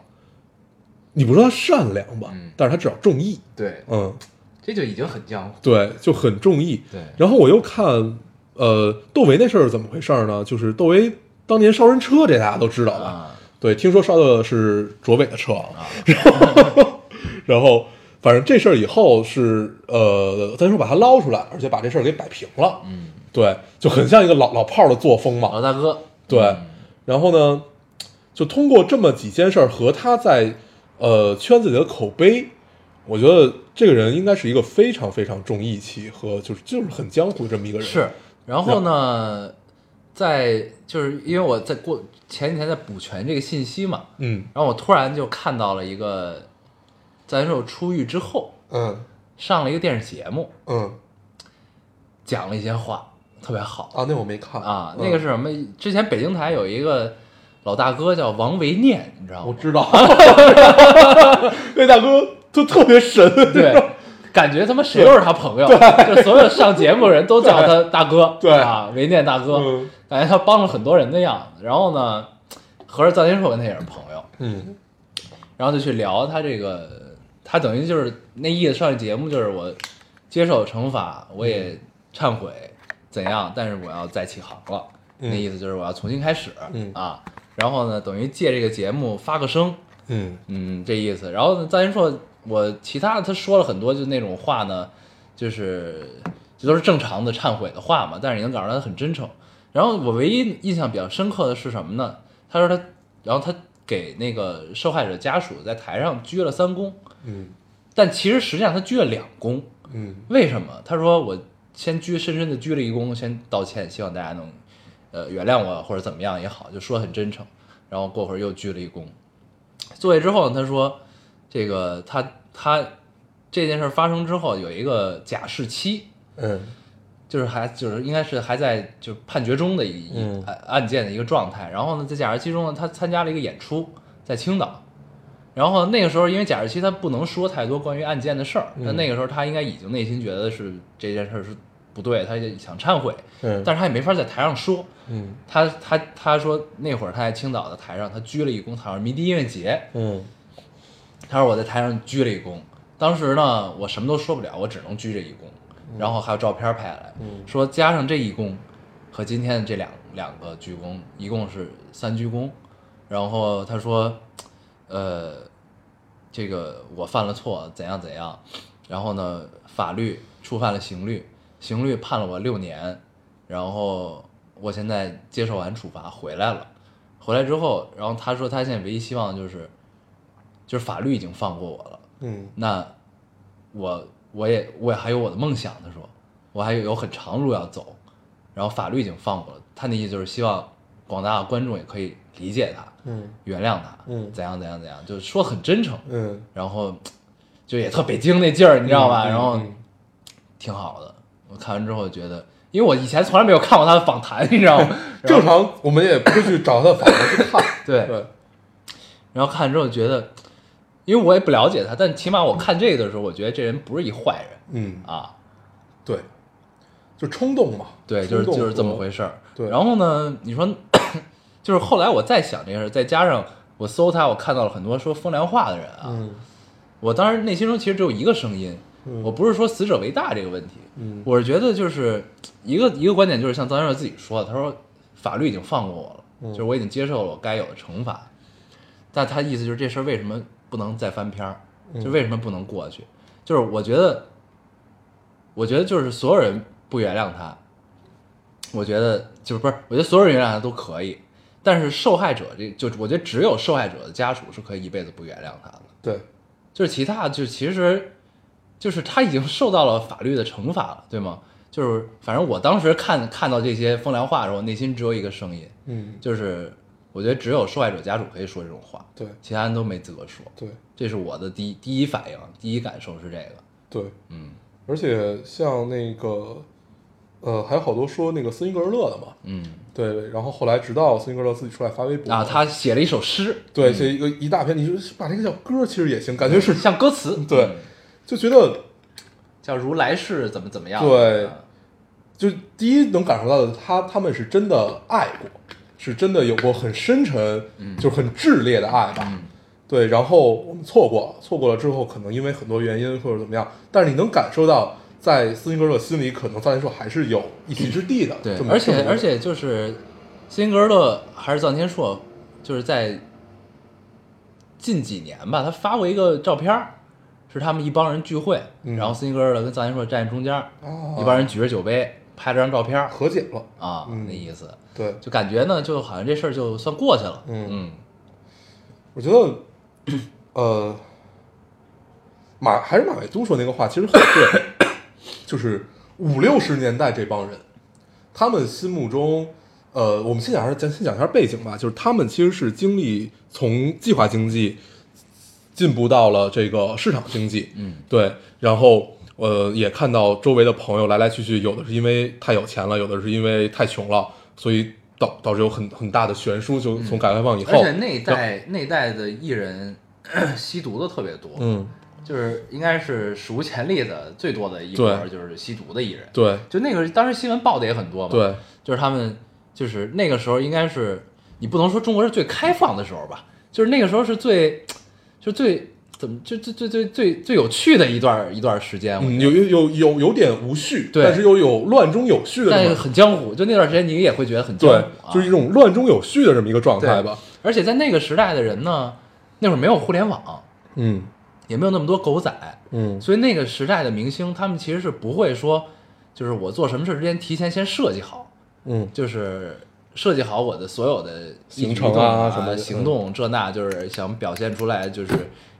Speaker 3: 你不说他善良吧，
Speaker 6: 嗯
Speaker 3: 但是他至少重义，
Speaker 6: 对，
Speaker 3: 嗯，
Speaker 6: 这就已经很江湖。
Speaker 3: 对，就很重义。
Speaker 6: 对
Speaker 3: 然后我又看，呃，窦唯那事儿是怎么回事儿呢？就是窦唯当年烧人车，这大家都知道吧？
Speaker 4: 啊
Speaker 3: 对，听说烧的是卓伟的车，啊、
Speaker 4: 啊
Speaker 3: [LAUGHS] 然后，然后反正这事儿以后是呃，咱说把他捞出来，而且把这事儿给摆平了，嗯，对，就很像一个老老炮儿的作风嘛，
Speaker 4: 老大哥，
Speaker 3: 对，然后呢，就通过这么几件事儿和他在呃圈子里的口碑，我觉得这个人应该是一个非常非常重义气和就是就是很江湖这么一个人。
Speaker 4: 是，。然后呢，在就是因为我在过前几天在补全这个信息嘛，
Speaker 3: 嗯
Speaker 4: 然后我突然就看到了一个，咱说我出狱之后
Speaker 3: 嗯
Speaker 4: 上了一个电视节目，
Speaker 3: 嗯
Speaker 4: 讲了一些话，特别好
Speaker 3: 啊，那我没看
Speaker 4: 啊。那个
Speaker 3: 是
Speaker 4: 是什么？之前北京台有一个老大哥叫王维念，你知道
Speaker 3: 我
Speaker 4: 吗？
Speaker 3: 知道， [LAUGHS] 那大哥就特别神， [LAUGHS]
Speaker 4: 对，感觉他妈谁都是他朋友，就所有上节目的人都叫他大哥，
Speaker 3: 对
Speaker 4: 啊，维念大哥，
Speaker 3: 嗯
Speaker 4: 感觉他帮了很多人的样子。然后呢，合着臧天朔跟他也是朋友，
Speaker 3: 嗯
Speaker 4: 然后就去聊他这个，他等于就是那意思上这节目就是我接受惩罚，我
Speaker 3: 嗯
Speaker 4: 也忏悔怎样，但是我要再起航了，
Speaker 3: 嗯
Speaker 4: 那意思就是我要重新开始，
Speaker 3: 嗯
Speaker 4: 啊，然后呢，等于借这个节目发个声，
Speaker 3: 嗯
Speaker 4: 嗯，这意思。然后呢，臧天朔，我其他的他说了很多，就那种话呢，就是这都是正常的忏悔的话嘛，但是你能感受到他很真诚。然后我唯一印象比较深刻的是什么呢？他说他，然后他给那个受害者家属在台上鞠了三躬，
Speaker 3: 嗯
Speaker 4: 但其实实际上他鞠了两躬。
Speaker 3: 嗯
Speaker 4: 为什么？他说我先鞠深深的鞠了一躬，先道歉，希望大家能呃原谅我或者怎么样也好，就说很真诚。然后过会儿又鞠了一躬，坐下之后呢，他说这个他他这件事发生之后有一个假释期，
Speaker 3: 嗯
Speaker 4: 就是还就是应该是还在就是判决中的一、
Speaker 3: 嗯
Speaker 4: 一案案件的一个状态。然后呢，在假释期中呢，他参加了一个演出，在青岛。然后那个时候，因为假释期他不能说太多关于案件的事儿，但
Speaker 3: 嗯
Speaker 4: 那个时候他应该已经内心觉得是这件事儿是不对，他也想忏悔，
Speaker 3: 嗯
Speaker 4: 但是他也没法在台上说。
Speaker 3: 嗯
Speaker 4: 他他他说那会儿他在青岛的台上，他鞠了一躬，好像是迷笛音乐节，
Speaker 3: 嗯
Speaker 4: 他说我在台上鞠了一躬，当时呢我什么都说不了，我只能鞠这一躬，然后还有照片拍下来，说加上这一躬和今天的这两两个鞠躬，一共是三鞠躬。然后他说，呃，这个我犯了错，怎样怎样，然后呢法律触犯了刑律，刑律判了我六年，然后我现在接受完处罚回来了，回来之后，然后他说他现在唯一希望就是，就是法律已经放过我了，
Speaker 3: 嗯
Speaker 4: 那我我也我也还有我的梦想，他说我还有有很长路要走，然后法律已经放过了，他那意思就是希望广大观众也可以理解他，
Speaker 3: 嗯
Speaker 4: 原谅他，
Speaker 3: 嗯
Speaker 4: 怎样怎样怎样，就是说很真诚，
Speaker 3: 嗯，
Speaker 4: 然后就也特北京那劲儿，你知道吧？
Speaker 3: 嗯
Speaker 4: 然后
Speaker 3: 嗯
Speaker 4: 挺好的，我看完之后觉得，因为我以前从来没有看过他的访谈，你知道吗？ [LAUGHS]
Speaker 3: 正常我们也不会去找他的访谈去看， [LAUGHS]
Speaker 4: 对，
Speaker 3: 对，
Speaker 4: 然后看完之后觉得，因为我也不了解他，但起码我看这个的时候，我觉得这人不是一坏人
Speaker 3: 嗯
Speaker 4: 啊，
Speaker 3: 对，就冲动嘛，
Speaker 4: 对，就是
Speaker 3: 冲动
Speaker 4: 就是这么回事儿。
Speaker 3: 对
Speaker 4: 然后呢，你说， [CLEARS THROAT] 就是后来我再想这个事儿，再加上我搜他，我看到了很多说风凉话的人啊，
Speaker 3: 嗯
Speaker 4: 我当时内心中其实只有一个声音，
Speaker 3: 嗯
Speaker 4: 我不是说死者为大这个问题，
Speaker 3: 嗯
Speaker 4: 我是觉得就是一个一个观点，就是像张先生自己说的，他说法律已经放过我了，
Speaker 3: 嗯
Speaker 4: 就是我已经接受了我该有的惩罚，但他意思就是这事儿为什么不能再翻篇儿，
Speaker 3: 嗯
Speaker 4: 就为什么不能过去？就是我觉得，我觉得就是所有人不原谅他，我觉得就是不是，我觉得所有人原谅他都可以，但是受害者这就我觉得只有受害者的家属是可以一辈子不原谅他的。
Speaker 3: 对，
Speaker 4: 就是其他就其实就是他已经受到了法律的惩罚了，对吗？就是反正我当时看看到这些风凉话的时候，内心只有一个声音，
Speaker 3: 嗯
Speaker 4: 就是我觉得只有受害者家属可以说这种话，
Speaker 3: 对
Speaker 4: 其他人都没资格说。
Speaker 3: 对
Speaker 4: 这是我的第一第一反应，第一感受是这个。
Speaker 3: 对，
Speaker 4: 嗯
Speaker 3: 而且像那个呃，还有好多说那个斯琴格日乐的嘛，
Speaker 4: 嗯
Speaker 3: 对，然后后来直到斯琴格日乐自己出来发微博
Speaker 4: 啊，他写了一首诗，
Speaker 3: 对这一个一大篇，你就是把这个叫歌其实也行，感觉是
Speaker 4: 像歌词，
Speaker 3: 对
Speaker 4: 嗯，
Speaker 3: 就觉得
Speaker 4: 叫如来世怎么怎么样。
Speaker 3: 对
Speaker 4: 啊
Speaker 3: 就第一能感受到的，他他们是真的爱过，是真的有过很深沉，
Speaker 4: 嗯
Speaker 3: 就是很炽烈的爱吧。对，然后我们错过了，错过了之后，可能因为很多原因或者怎么样，但是你能感受到，在斯琴格勒心里，可能暂时说还是有一席之地的。
Speaker 4: 对
Speaker 3: 这，么
Speaker 4: 而
Speaker 3: 这
Speaker 4: 且
Speaker 3: 么
Speaker 4: 而且就是斯琴格尔勒还是臧天朔，就是在近几年吧，他发过一个照片儿，是他们一帮人聚会，
Speaker 3: 嗯
Speaker 4: 然后斯琴格尔勒跟臧天朔站中间儿，
Speaker 3: 啊
Speaker 4: 一帮人举着酒杯拍了张照片儿
Speaker 3: 和解了，
Speaker 4: 啊，
Speaker 3: 嗯
Speaker 4: 那意思
Speaker 3: 对，
Speaker 4: 就感觉呢，就好像这事儿就算过去了。
Speaker 3: 嗯
Speaker 4: 嗯
Speaker 3: 我觉得， [CLEARS THROAT] 呃，马还是马未都说那个话，其实很对， [COUGHS] 就是五六十年代这帮人，他们心目中，呃，我们先讲一下，咱先讲一下背景吧，就是他们其实是经历从计划经济进步到了这个市场经济，
Speaker 4: 嗯，
Speaker 3: 对，然后。呃，也看到周围的朋友来来去去，有的是因为太有钱了，有的是因为太穷了，所以导导致有很很大的悬殊。就从改革开放以
Speaker 4: 嗯
Speaker 3: 后，
Speaker 4: 而且那一代那一代的艺人 [CLEARS THROAT] 吸毒的特别多，
Speaker 3: 嗯，
Speaker 4: 就是应该是史无前例的最多的一波
Speaker 3: 对
Speaker 4: 就是吸毒的艺人。
Speaker 3: 对
Speaker 4: 就那个当时新闻报的也很多嘛，
Speaker 3: 对，
Speaker 4: 就是他们就是那个时候应该是你不能说中国是最开放的时候吧，就是那个时候是最就是最怎么就最最最最最有趣的一段一段时间，我觉
Speaker 3: 嗯，
Speaker 4: 得
Speaker 3: 有有有有有点无序，
Speaker 4: 对
Speaker 3: 但是又有乱中有序的
Speaker 4: 但
Speaker 3: 这
Speaker 4: 是
Speaker 3: 种，
Speaker 4: 很江湖，就那段时间你也会觉得很江湖
Speaker 3: 对，
Speaker 4: 啊，
Speaker 3: 就是一种乱中有序的这么一个状态
Speaker 4: 对
Speaker 3: 吧。？
Speaker 4: 而且在那个时代的人呢，那会儿没有互联网，
Speaker 3: 嗯
Speaker 4: 也没有那么多狗仔，
Speaker 3: 嗯，
Speaker 4: 所以那个时代的明星他们其实是不会说，就是我做什么事之前提前先设计好，
Speaker 3: 嗯，
Speaker 4: 就是设计好我的所有的
Speaker 3: 行
Speaker 4: 一举一
Speaker 3: 程啊
Speaker 4: 动
Speaker 3: 什么的
Speaker 4: 行动这那，就是想表现出来，就是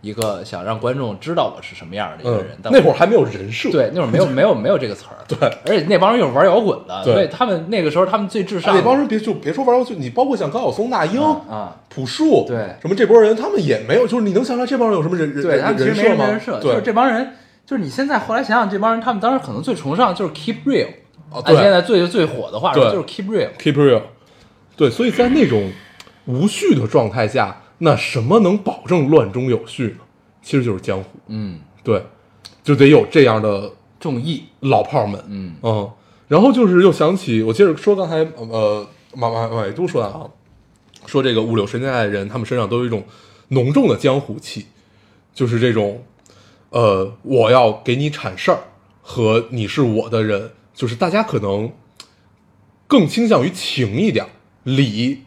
Speaker 4: 一个想让观众知道我是什么样的一个人
Speaker 3: 嗯。
Speaker 4: 但
Speaker 3: 那
Speaker 4: 我
Speaker 3: 会儿还没有人设，
Speaker 4: 对那会儿没有没有没有这个词儿，
Speaker 3: [LAUGHS] 对，
Speaker 4: 而且那帮人又是玩摇滚的，
Speaker 3: 对
Speaker 4: 所以他们那个时候他们最至上的
Speaker 3: 啊那帮人别就别说玩儿游戏，你包括像高晓松、那英、
Speaker 4: 啊啊
Speaker 3: 朴树，
Speaker 4: 对
Speaker 3: 什么这波人，他们也没有，就是你能想出来这帮人有什么人人
Speaker 4: 对他们其实
Speaker 3: 人
Speaker 4: 没什么
Speaker 3: 吗？
Speaker 4: 人设，就是
Speaker 3: 对
Speaker 4: 这帮人。就是你现在后来想想，这帮人他们当时可能最崇尚就是 keep real，
Speaker 3: 哦
Speaker 4: 按
Speaker 3: 对
Speaker 4: 现在最最火的话说
Speaker 3: 对
Speaker 4: 就是 keep real，
Speaker 3: ，keep real，对，所以在那种无序的状态下，那什么能保证乱中有序呢？其实就是江湖，
Speaker 4: 嗯，
Speaker 3: 对，就得有这样的
Speaker 4: 众议，
Speaker 3: 老炮儿们，
Speaker 4: 嗯
Speaker 3: 嗯，然后就是又想起，我接着说刚才呃马马马未都说的啊，说这个五六十年代的人，他们身上都有一种浓重的江湖气，就是这种呃我要给你铲事儿和你是我的人，就是大家可能更倾向于情一点，理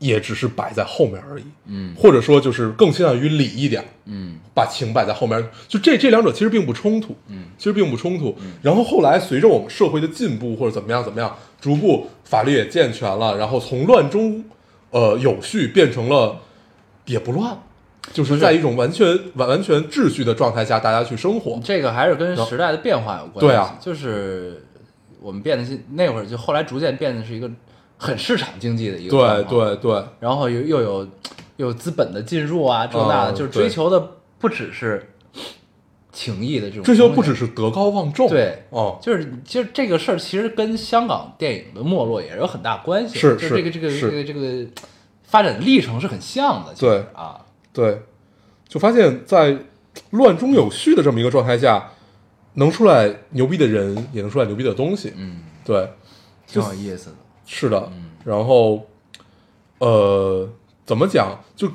Speaker 3: 也只是摆在后面而已，
Speaker 6: 嗯
Speaker 3: 或者说就是更倾向于理一点，
Speaker 6: 嗯
Speaker 3: 把情摆在后面，就这这两者其实并不冲突，
Speaker 6: 嗯，
Speaker 3: 其实并不冲突。然后后来随着我们社会的进步或者怎么样怎么样，逐步法律也健全了，然后从乱中，呃，有序变成了也不乱，就是在一种完全完完全秩序的状态下，大家去生活。
Speaker 4: 这个还是跟时代的变化有关系。
Speaker 3: 对啊
Speaker 4: 就是我们变得是那会儿就后来逐渐变得是一个很市场经济的一个
Speaker 3: 对
Speaker 4: 状况
Speaker 3: 对对，
Speaker 4: 然后又又有又有资本的进入啊，这那的，
Speaker 3: 嗯
Speaker 4: 就是
Speaker 3: 对
Speaker 4: 追求的不只是情谊的这种
Speaker 3: 追求不只
Speaker 4: 是。
Speaker 3: 是德高望重，
Speaker 4: 对
Speaker 3: 哦、
Speaker 4: 就是就是这个事儿，其实跟香港电影的没落也有很大关系。
Speaker 3: 是
Speaker 4: 就是这个这个这
Speaker 3: 是
Speaker 4: 个这个发展历程是很像的。其实
Speaker 3: 对
Speaker 4: 啊，
Speaker 3: 对，就发现，在乱中有序的这么一个状态下，能出来牛逼的人，也能出来牛逼的东西，
Speaker 6: 嗯，
Speaker 3: 对，
Speaker 6: 挺有意思的。
Speaker 3: 是的，然后，呃，怎么讲？就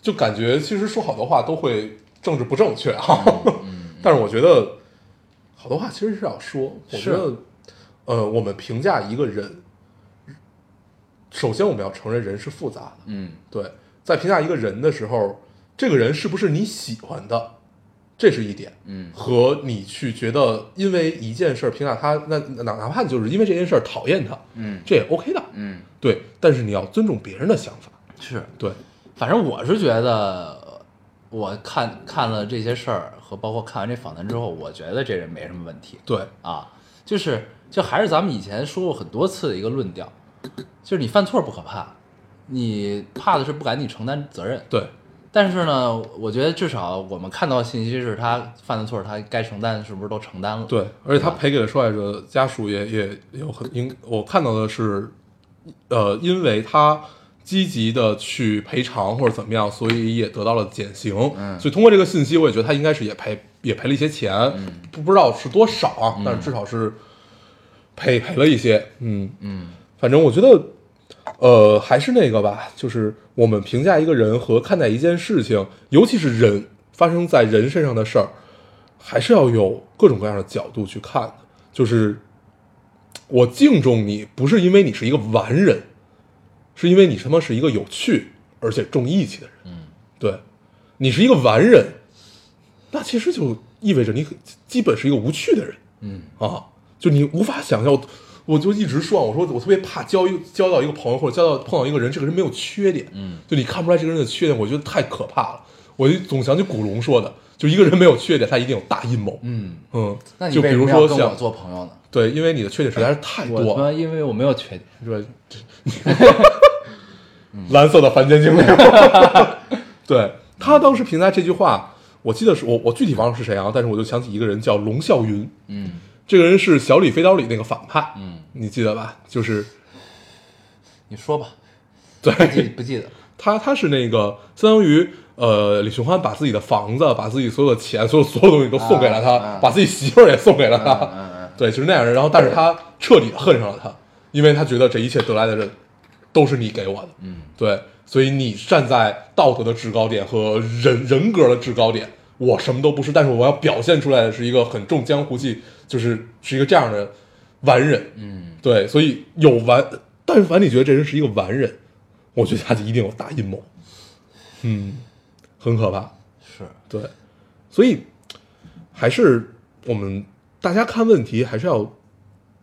Speaker 3: 就感觉其实说好多话都会政治不正确啊， [LAUGHS] 但是我觉得好多话其实是要说。我觉
Speaker 4: 是
Speaker 3: 得，呃，我们评价一个人，首先我们要承认人是复杂的。
Speaker 6: 嗯
Speaker 3: 对，在评价一个人的时候，这个人是不是你喜欢的，这是一点。
Speaker 6: 嗯
Speaker 3: 和你去觉得因为一件事儿评价他，那哪哪怕你就是因为这件事儿讨厌他，
Speaker 6: 嗯
Speaker 3: 这也 OK 的。
Speaker 6: 嗯
Speaker 3: 对，但是你要尊重别人的想法。
Speaker 4: 是
Speaker 3: 对，
Speaker 4: 反正我是觉得，呃我看看了这些事儿和包括看完这访谈之后，我觉得这人没什么问题
Speaker 3: 对，
Speaker 4: 啊，就是就还是咱们以前说过很多次的一个论调，就是你犯错不可怕，你怕的是不敢你承担责任。
Speaker 3: 对，
Speaker 4: 但是呢，我觉得至少我们看到的信息是他犯的错，他该承担是不是都承担了？
Speaker 3: 对，而且他
Speaker 4: 吧
Speaker 3: 赔给了受害者家属也也有很应，我看到的是，呃，因为他积极的去赔偿或者怎么样，所以也得到了减刑。
Speaker 6: 嗯
Speaker 3: 所以通过这个信息，我也觉得他应该是也赔也赔了一些钱，不不知道是多少啊，但是至少是赔赔了一些。嗯，
Speaker 6: 嗯
Speaker 3: 反正我觉得，呃，还是那个吧，就是我们评价一个人和看待一件事情，尤其是人发生在人身上的事儿，还是要有各种各样的角度去看的。就是我敬重你，不是因为你是一个完人，是因为你他妈是一个有趣而且重义气的人。嗯，对，你是一个完人，那其实就意味着你很基本是一个无趣的人。
Speaker 6: 嗯
Speaker 3: 啊，就你无法想象。我我就一直说，啊，我说我特别怕交一交到一个朋友或者交到碰到一个人，这个人没有缺点，
Speaker 6: 嗯，
Speaker 3: 就你看不出来这个人的缺点，我觉得太可怕了。我就总想起古龙说的，就一个人没有缺点，他一定有大阴谋。
Speaker 6: 嗯，
Speaker 3: 嗯，
Speaker 4: 那你
Speaker 3: 就比
Speaker 4: 为什
Speaker 3: 如
Speaker 4: 么要
Speaker 3: 说
Speaker 4: 跟我
Speaker 3: 像
Speaker 4: 做朋友呢？
Speaker 3: 对，因为你的缺点实在是太
Speaker 4: 我他
Speaker 3: 多
Speaker 4: 妈
Speaker 3: 了，
Speaker 4: 因为我没有缺点，
Speaker 3: 是吧？嗯蓝色的凡间精灵。 [LAUGHS] 对他当时评价这句话，我记得是我我具体忘了是谁啊，但是我就想起一个人叫龙啸云，
Speaker 6: 嗯
Speaker 3: 这个人是小李飞刀里那个反派，
Speaker 6: 嗯，
Speaker 3: 你记得吧？就是
Speaker 4: 你说吧， [LAUGHS] 不记
Speaker 3: 对
Speaker 4: 不记得？
Speaker 3: 他，他是那个相当于呃，李寻欢把自己的房子、把自己所有的钱、所有所有东西都送给了他，
Speaker 6: 啊啊
Speaker 3: 把自己媳妇儿也送给了他，
Speaker 6: 嗯嗯
Speaker 3: 对，就是那样的人。然后，但是他彻底地恨上了他，因为他觉得这一切得来的人都是你给我的，
Speaker 6: 嗯，
Speaker 3: 对，所以你站在道德的制高点和人人格的制高点，我什么都不是，但是我要表现出来的是一个很重江湖气，就是是一个这样的完人，
Speaker 6: 嗯
Speaker 3: 对，所以有完，但凡你觉得这人是一个完人，我觉得他就一定有大阴谋，嗯，很可怕。
Speaker 4: 是
Speaker 3: 对，所以还是我们大家看问题还是要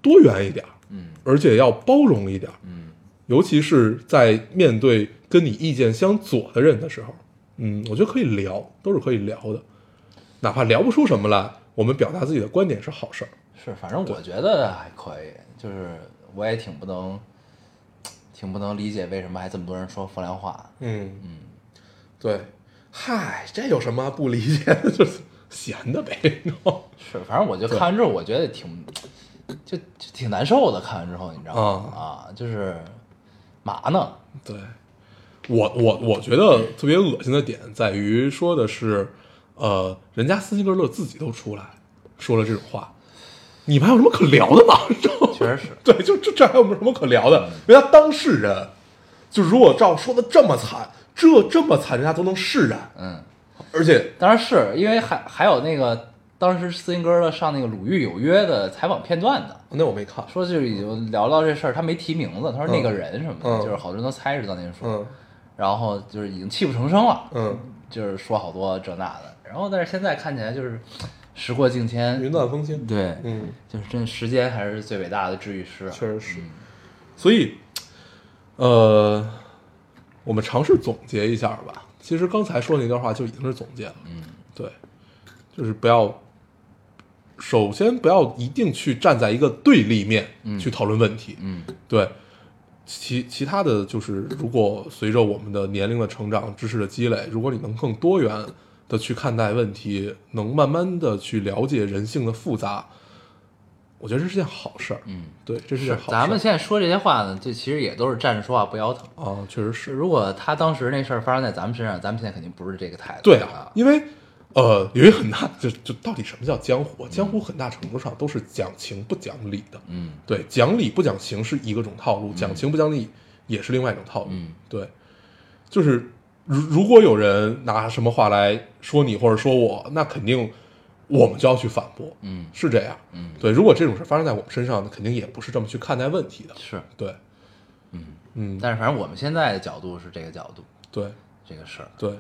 Speaker 3: 多元一点儿，
Speaker 6: 嗯
Speaker 3: 而且要包容一点儿，
Speaker 6: 嗯
Speaker 3: 尤其是在面对跟你意见相左的人的时候，嗯，我觉得可以聊，都是可以聊的，哪怕聊不出什么来，我们表达自己的观点是好事儿。
Speaker 4: 是，反正我觉得还可以，就是我也挺不能，挺不能理解为什么还这么多人说风凉话。
Speaker 3: 嗯嗯，对，嗨，这有什么不理解的？ [LAUGHS] 就是闲的呗。
Speaker 4: 是，反正我就看完之后，我觉得挺，就就挺难受的。看完之后，你知道
Speaker 3: 嗯
Speaker 4: 吗？啊，就是嘛呢？
Speaker 3: 对，我我我觉得特别恶心的点在于说的是，呃，人家斯琴格勒自己都出来说了这种话，你们还有什么可聊 [LAUGHS] 的吗？
Speaker 4: 确实是，嗯
Speaker 3: 对，就这这还有什么可聊的？人家当事人，就如果照说的这么惨，这这么惨，人家都能释然，
Speaker 4: 嗯，
Speaker 3: 而且
Speaker 4: 当然是因为还还有那个当时斯琴格勒上那个《鲁豫有约》的采访片段的，
Speaker 3: 那我没看，
Speaker 4: 说就是已经聊到这事儿，他没提名字，他说那个人什么的，
Speaker 3: 嗯
Speaker 4: 就是好多人都猜是当年说，
Speaker 3: 嗯
Speaker 4: 然后就是已经泣不成声了，
Speaker 3: 嗯，
Speaker 4: 就是说好多这那的，然后但是现在看起来就是时过境迁，
Speaker 3: 云淡风轻，
Speaker 4: 对，
Speaker 3: 嗯，
Speaker 4: 就是真时间还是最伟大的治愈师啊，
Speaker 3: 确实是，所以，呃，我们尝试总结一下吧。其实刚才说那段话就已经是总结了，嗯，对，就是不要，首先不要一定去站在一个对立面去讨论问题，
Speaker 4: 嗯，
Speaker 3: 对。其其他的就是，如果随着我们的年龄的成长、知识的积累，如果你能更多元的去看待问题，能慢慢的去了解人性的复杂，我觉得这是件好事儿。嗯，对，这是件好事儿。
Speaker 4: 咱们现在说这些话呢，这其实也都是站着说话不腰疼。
Speaker 3: 啊，确实是。
Speaker 4: 如果他当时那事儿发生在咱们身上，咱们现在肯定不是这个态度。
Speaker 3: 对啊，，因为呃，有一个很大就就到底什么叫江湖啊？江湖很大程度上都是讲情不讲理的。
Speaker 4: 嗯，
Speaker 3: 对，讲理不讲情是一个种套路，讲情不讲理也是另外一种套路。
Speaker 4: 嗯，
Speaker 3: 对，就是如如果有人拿什么话来说你或者说我，那肯定我们就要去反驳。
Speaker 4: 嗯，
Speaker 3: 是这样。
Speaker 4: 嗯，
Speaker 3: 对，如果这种事发生在我们身上，那肯定也不是这么去看待问题的。
Speaker 4: 是，
Speaker 3: 对，嗯嗯，
Speaker 4: 但是反正我们现在的角度是这个角度，
Speaker 3: 对
Speaker 4: 这个事儿。
Speaker 3: 对，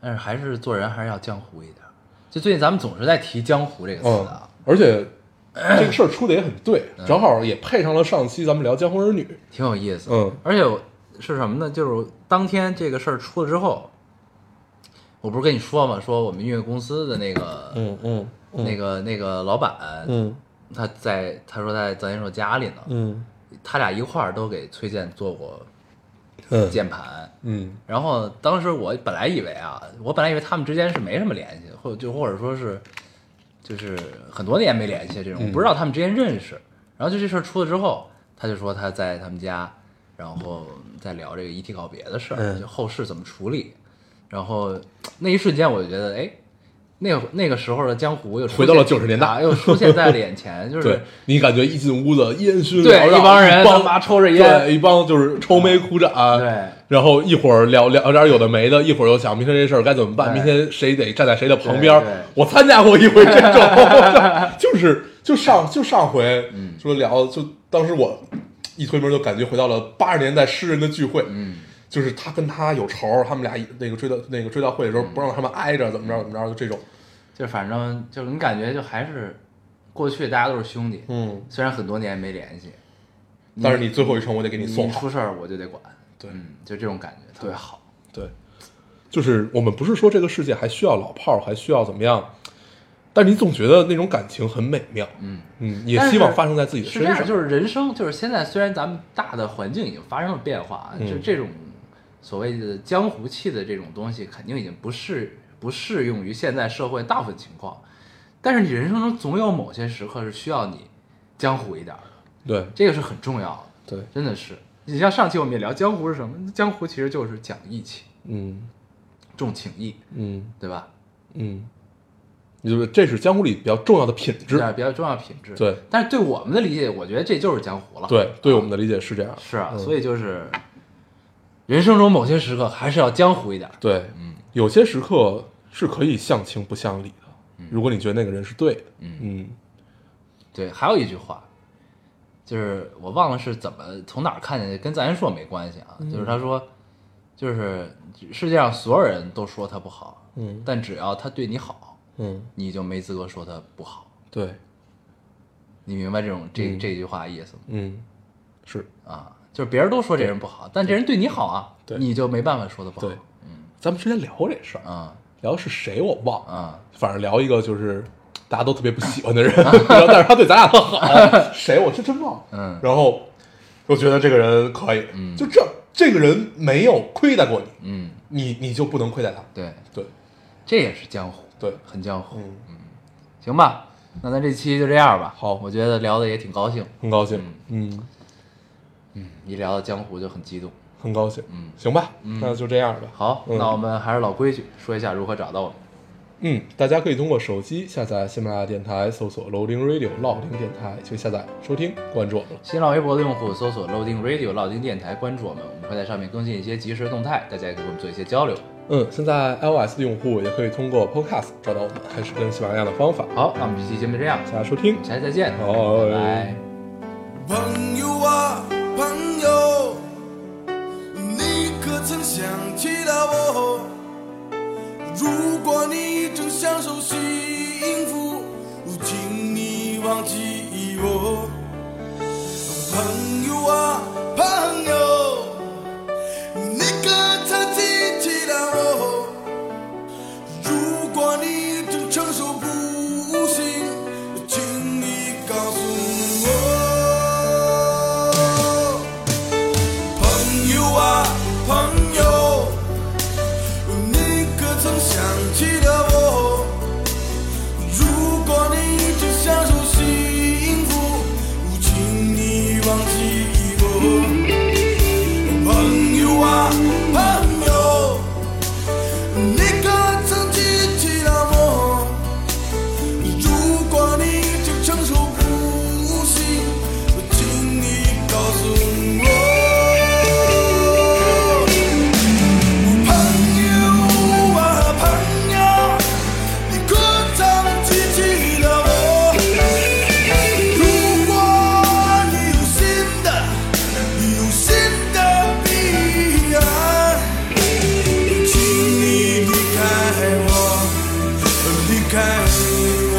Speaker 4: 但是还是做人还是要江湖一点儿。就最近咱们总是在提江湖这个词
Speaker 3: 嗯
Speaker 4: 啊，，
Speaker 3: 而且这个事儿出的也很对，
Speaker 4: 嗯
Speaker 3: 正好也配上了上期咱们聊《江湖儿女》。
Speaker 4: 挺有意思。
Speaker 3: 嗯，
Speaker 4: 而且我是什么呢？就是当天这个事儿出了之后，我不是跟你说嘛，说我们音乐公司的那个、
Speaker 3: 嗯嗯
Speaker 4: 那个那个老板，
Speaker 3: 嗯
Speaker 4: 他在他说在臧天硕家里呢，
Speaker 3: 嗯
Speaker 4: 他俩一块儿都给崔健做过
Speaker 3: 嗯
Speaker 4: 键盘。
Speaker 3: 嗯
Speaker 4: 然后当时我本来以为啊，我本来以为他们之间是没什么联系，或就或者说是就是很多年没联系这种，我不知道他们之间认识。然后就这事儿出了之后，他就说他在他们家，然后在聊这个遗体告别的事儿，
Speaker 3: 嗯
Speaker 4: 就后事怎么处理。然后那一瞬间我就觉得，哎，那个那个时候的江湖又出
Speaker 3: 回到了
Speaker 4: 现
Speaker 3: 90年代
Speaker 4: 啊又出现在了眼前，就
Speaker 3: [LAUGHS] 对
Speaker 4: 是
Speaker 3: 你感觉一进屋子烟熏
Speaker 4: 对
Speaker 3: 缭绕
Speaker 4: 一帮人
Speaker 3: 一
Speaker 4: 他妈
Speaker 3: 帮
Speaker 4: 抽着烟嗯
Speaker 3: 对一帮就是愁眉苦展，
Speaker 4: 对。
Speaker 3: 然后一会儿聊聊点有的没的，一会儿又想明天这事儿该怎么办，
Speaker 4: 对
Speaker 3: 明天谁得站在谁的旁边儿
Speaker 4: 对对。
Speaker 3: 我参加过一回这种，就是就上就上回说聊，就当时我一推门就感觉回到了八十年代诗人的聚会，嗯，就是他跟他有仇，他们俩那个追悼那个追悼会的时候不让他们挨着，怎么着怎么着，就这种，
Speaker 4: 就反正就是你感觉就还是过去大家都是兄弟，
Speaker 3: 嗯，
Speaker 4: 虽然很多年没联系，
Speaker 3: 但是你最后一程我得给
Speaker 4: 你
Speaker 3: 你送好
Speaker 4: 出，事儿我就得管，
Speaker 3: 对
Speaker 4: 嗯，就这种感觉特别好，
Speaker 3: 对，就是我们不是说这个世界还需要老炮儿，还需要怎么样，但是你总觉得那种感情很美妙，嗯嗯，也
Speaker 4: 但是
Speaker 3: 希望发生在自己的
Speaker 4: 是
Speaker 3: 身
Speaker 4: 这
Speaker 3: 上，
Speaker 4: 样，就是人生就是现在虽然咱们大的环境已经发生了变化，啊
Speaker 3: 嗯
Speaker 4: 就这种所谓的江湖气的这种东西，肯定已经不适不适用于现在社会大部分情况，但是你人生中总有某些时刻是需要你江湖一点儿的，
Speaker 3: 对
Speaker 4: 这个是很重要的，
Speaker 3: 对，
Speaker 4: 真的是。你像上期我们也聊江湖是什么，江湖其实就是讲义气。
Speaker 3: 嗯
Speaker 4: 重情义，
Speaker 3: 嗯
Speaker 4: 对吧？
Speaker 3: 嗯，就是这是江湖里比较重要的品质，
Speaker 4: 点比较重要的品质。
Speaker 3: 对，
Speaker 4: 但是对我们的理解，我觉得这就是江湖了。啊
Speaker 3: 对，对我们的理解是这样，
Speaker 4: 是啊，所以就是人生中某些时刻还是要江湖一点。
Speaker 3: 对，嗯，有些时刻是可以像情不像理的，如果你觉得那个人是对的，嗯
Speaker 4: 对，还有一句话，就是我忘了是怎么从哪儿看见的，跟咱说没关系
Speaker 3: 嗯
Speaker 4: 啊。就是他说，就是世界上所有人都说他不好，
Speaker 3: 嗯
Speaker 4: 但只要他对你好，
Speaker 3: 嗯，
Speaker 4: 你就没资格说他不好。
Speaker 3: 对，
Speaker 4: 你明白这种这、这句话意思吗？
Speaker 3: 嗯，是。
Speaker 4: 啊，就是别人都说这人不好，但这人对你好啊，
Speaker 3: 对
Speaker 4: 你就没办法说他不好
Speaker 3: 对。咱们之前聊过这事儿，
Speaker 4: 啊
Speaker 3: 聊的是谁我忘了，
Speaker 4: 啊，
Speaker 3: 反正聊一个就是大家都特别不喜欢的人， [LAUGHS] 然后但是他对咱俩特 [LAUGHS] 好，哎谁我是真忘了。
Speaker 4: 嗯
Speaker 3: 然后我觉得这个人可以，嗯，就这这个人没有亏待过你，
Speaker 4: 嗯，
Speaker 3: 你你就不能亏待他。
Speaker 4: 对，
Speaker 3: 对
Speaker 4: 这也是江湖，
Speaker 3: 对，
Speaker 4: 很江湖。
Speaker 3: 嗯，
Speaker 4: 行吧，那咱这期就这样吧。
Speaker 3: 好
Speaker 4: 我觉得聊的也挺高兴，
Speaker 3: 很高兴，嗯，
Speaker 4: 一聊到江湖就很激动。
Speaker 3: 很高兴，嗯，行吧，那就这样吧。
Speaker 4: 好，
Speaker 3: 嗯
Speaker 4: 那我们还是老规矩，说一下如何找到我们。
Speaker 3: 嗯，大家可以通过手机下载喜马拉雅电台，搜索 Loading Radio 老丁电台去下载收听，关注我们。
Speaker 4: 新浪微博的用户搜索 Loading Radio 老丁电台，关注我们，我们会在上面更新一些即时动态，大家也可以跟我们做一些交流。
Speaker 3: 嗯，现在 iOS 的用户也可以通过 Podcast 找到我们，还是跟喜马拉雅的方法。
Speaker 6: 好，那我们这期节目就这样，
Speaker 3: 大家收听，
Speaker 6: 下期再见，
Speaker 3: 好
Speaker 6: 拜拜。
Speaker 7: 朋友啊，朋友，你可曾想起了我？如果你正享受幸福，请你忘记我。朋友啊，朋友，你可曾记起了我？如果你正承受不幸，请你告诉我。朋友啊，朋友，你可曾想起了我？如果你正享受幸福，请你忘记我。朋友啊，朋友。你可曾记起了我？如果你正承受不幸，请你告诉我。朋友啊，朋友，你可曾记起了我？如果你有新的，有新的彼岸。请你离开我，离开我。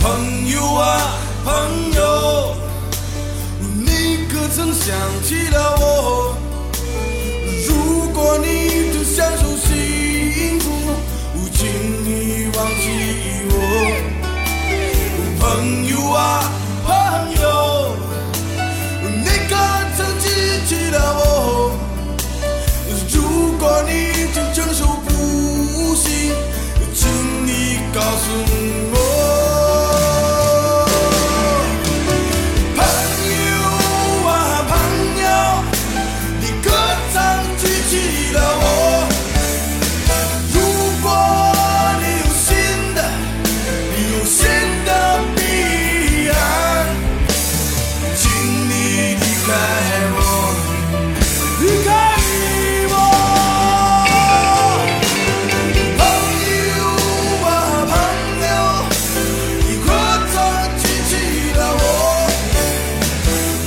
Speaker 7: 朋友啊，朋友，你可曾想起了我？如果你正享受幸福，请你忘记我。朋友啊，朋友，你可曾记起了我？如果你正承受不幸，请你告诉我。朋友啊，朋友，你可曾记起了我？如果你有新的，你有新的彼岸，请你离开我。离开我，朋友啊朋友，你可曾记起了我？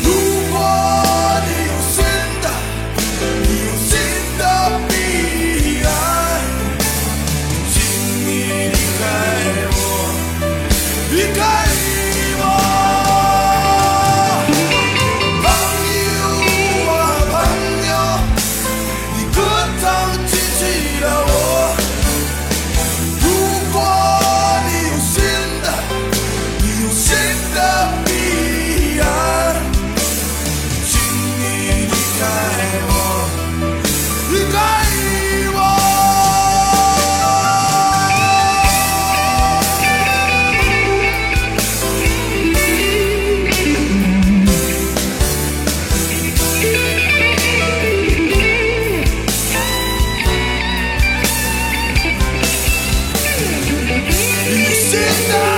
Speaker 7: 如果你有新的，你有新的彼岸，请你离开我，离开我。朋友啊，朋友，你可曾记起了我？如果你有新的，你有新的彼岸，请你离开我，离开我。你有新的。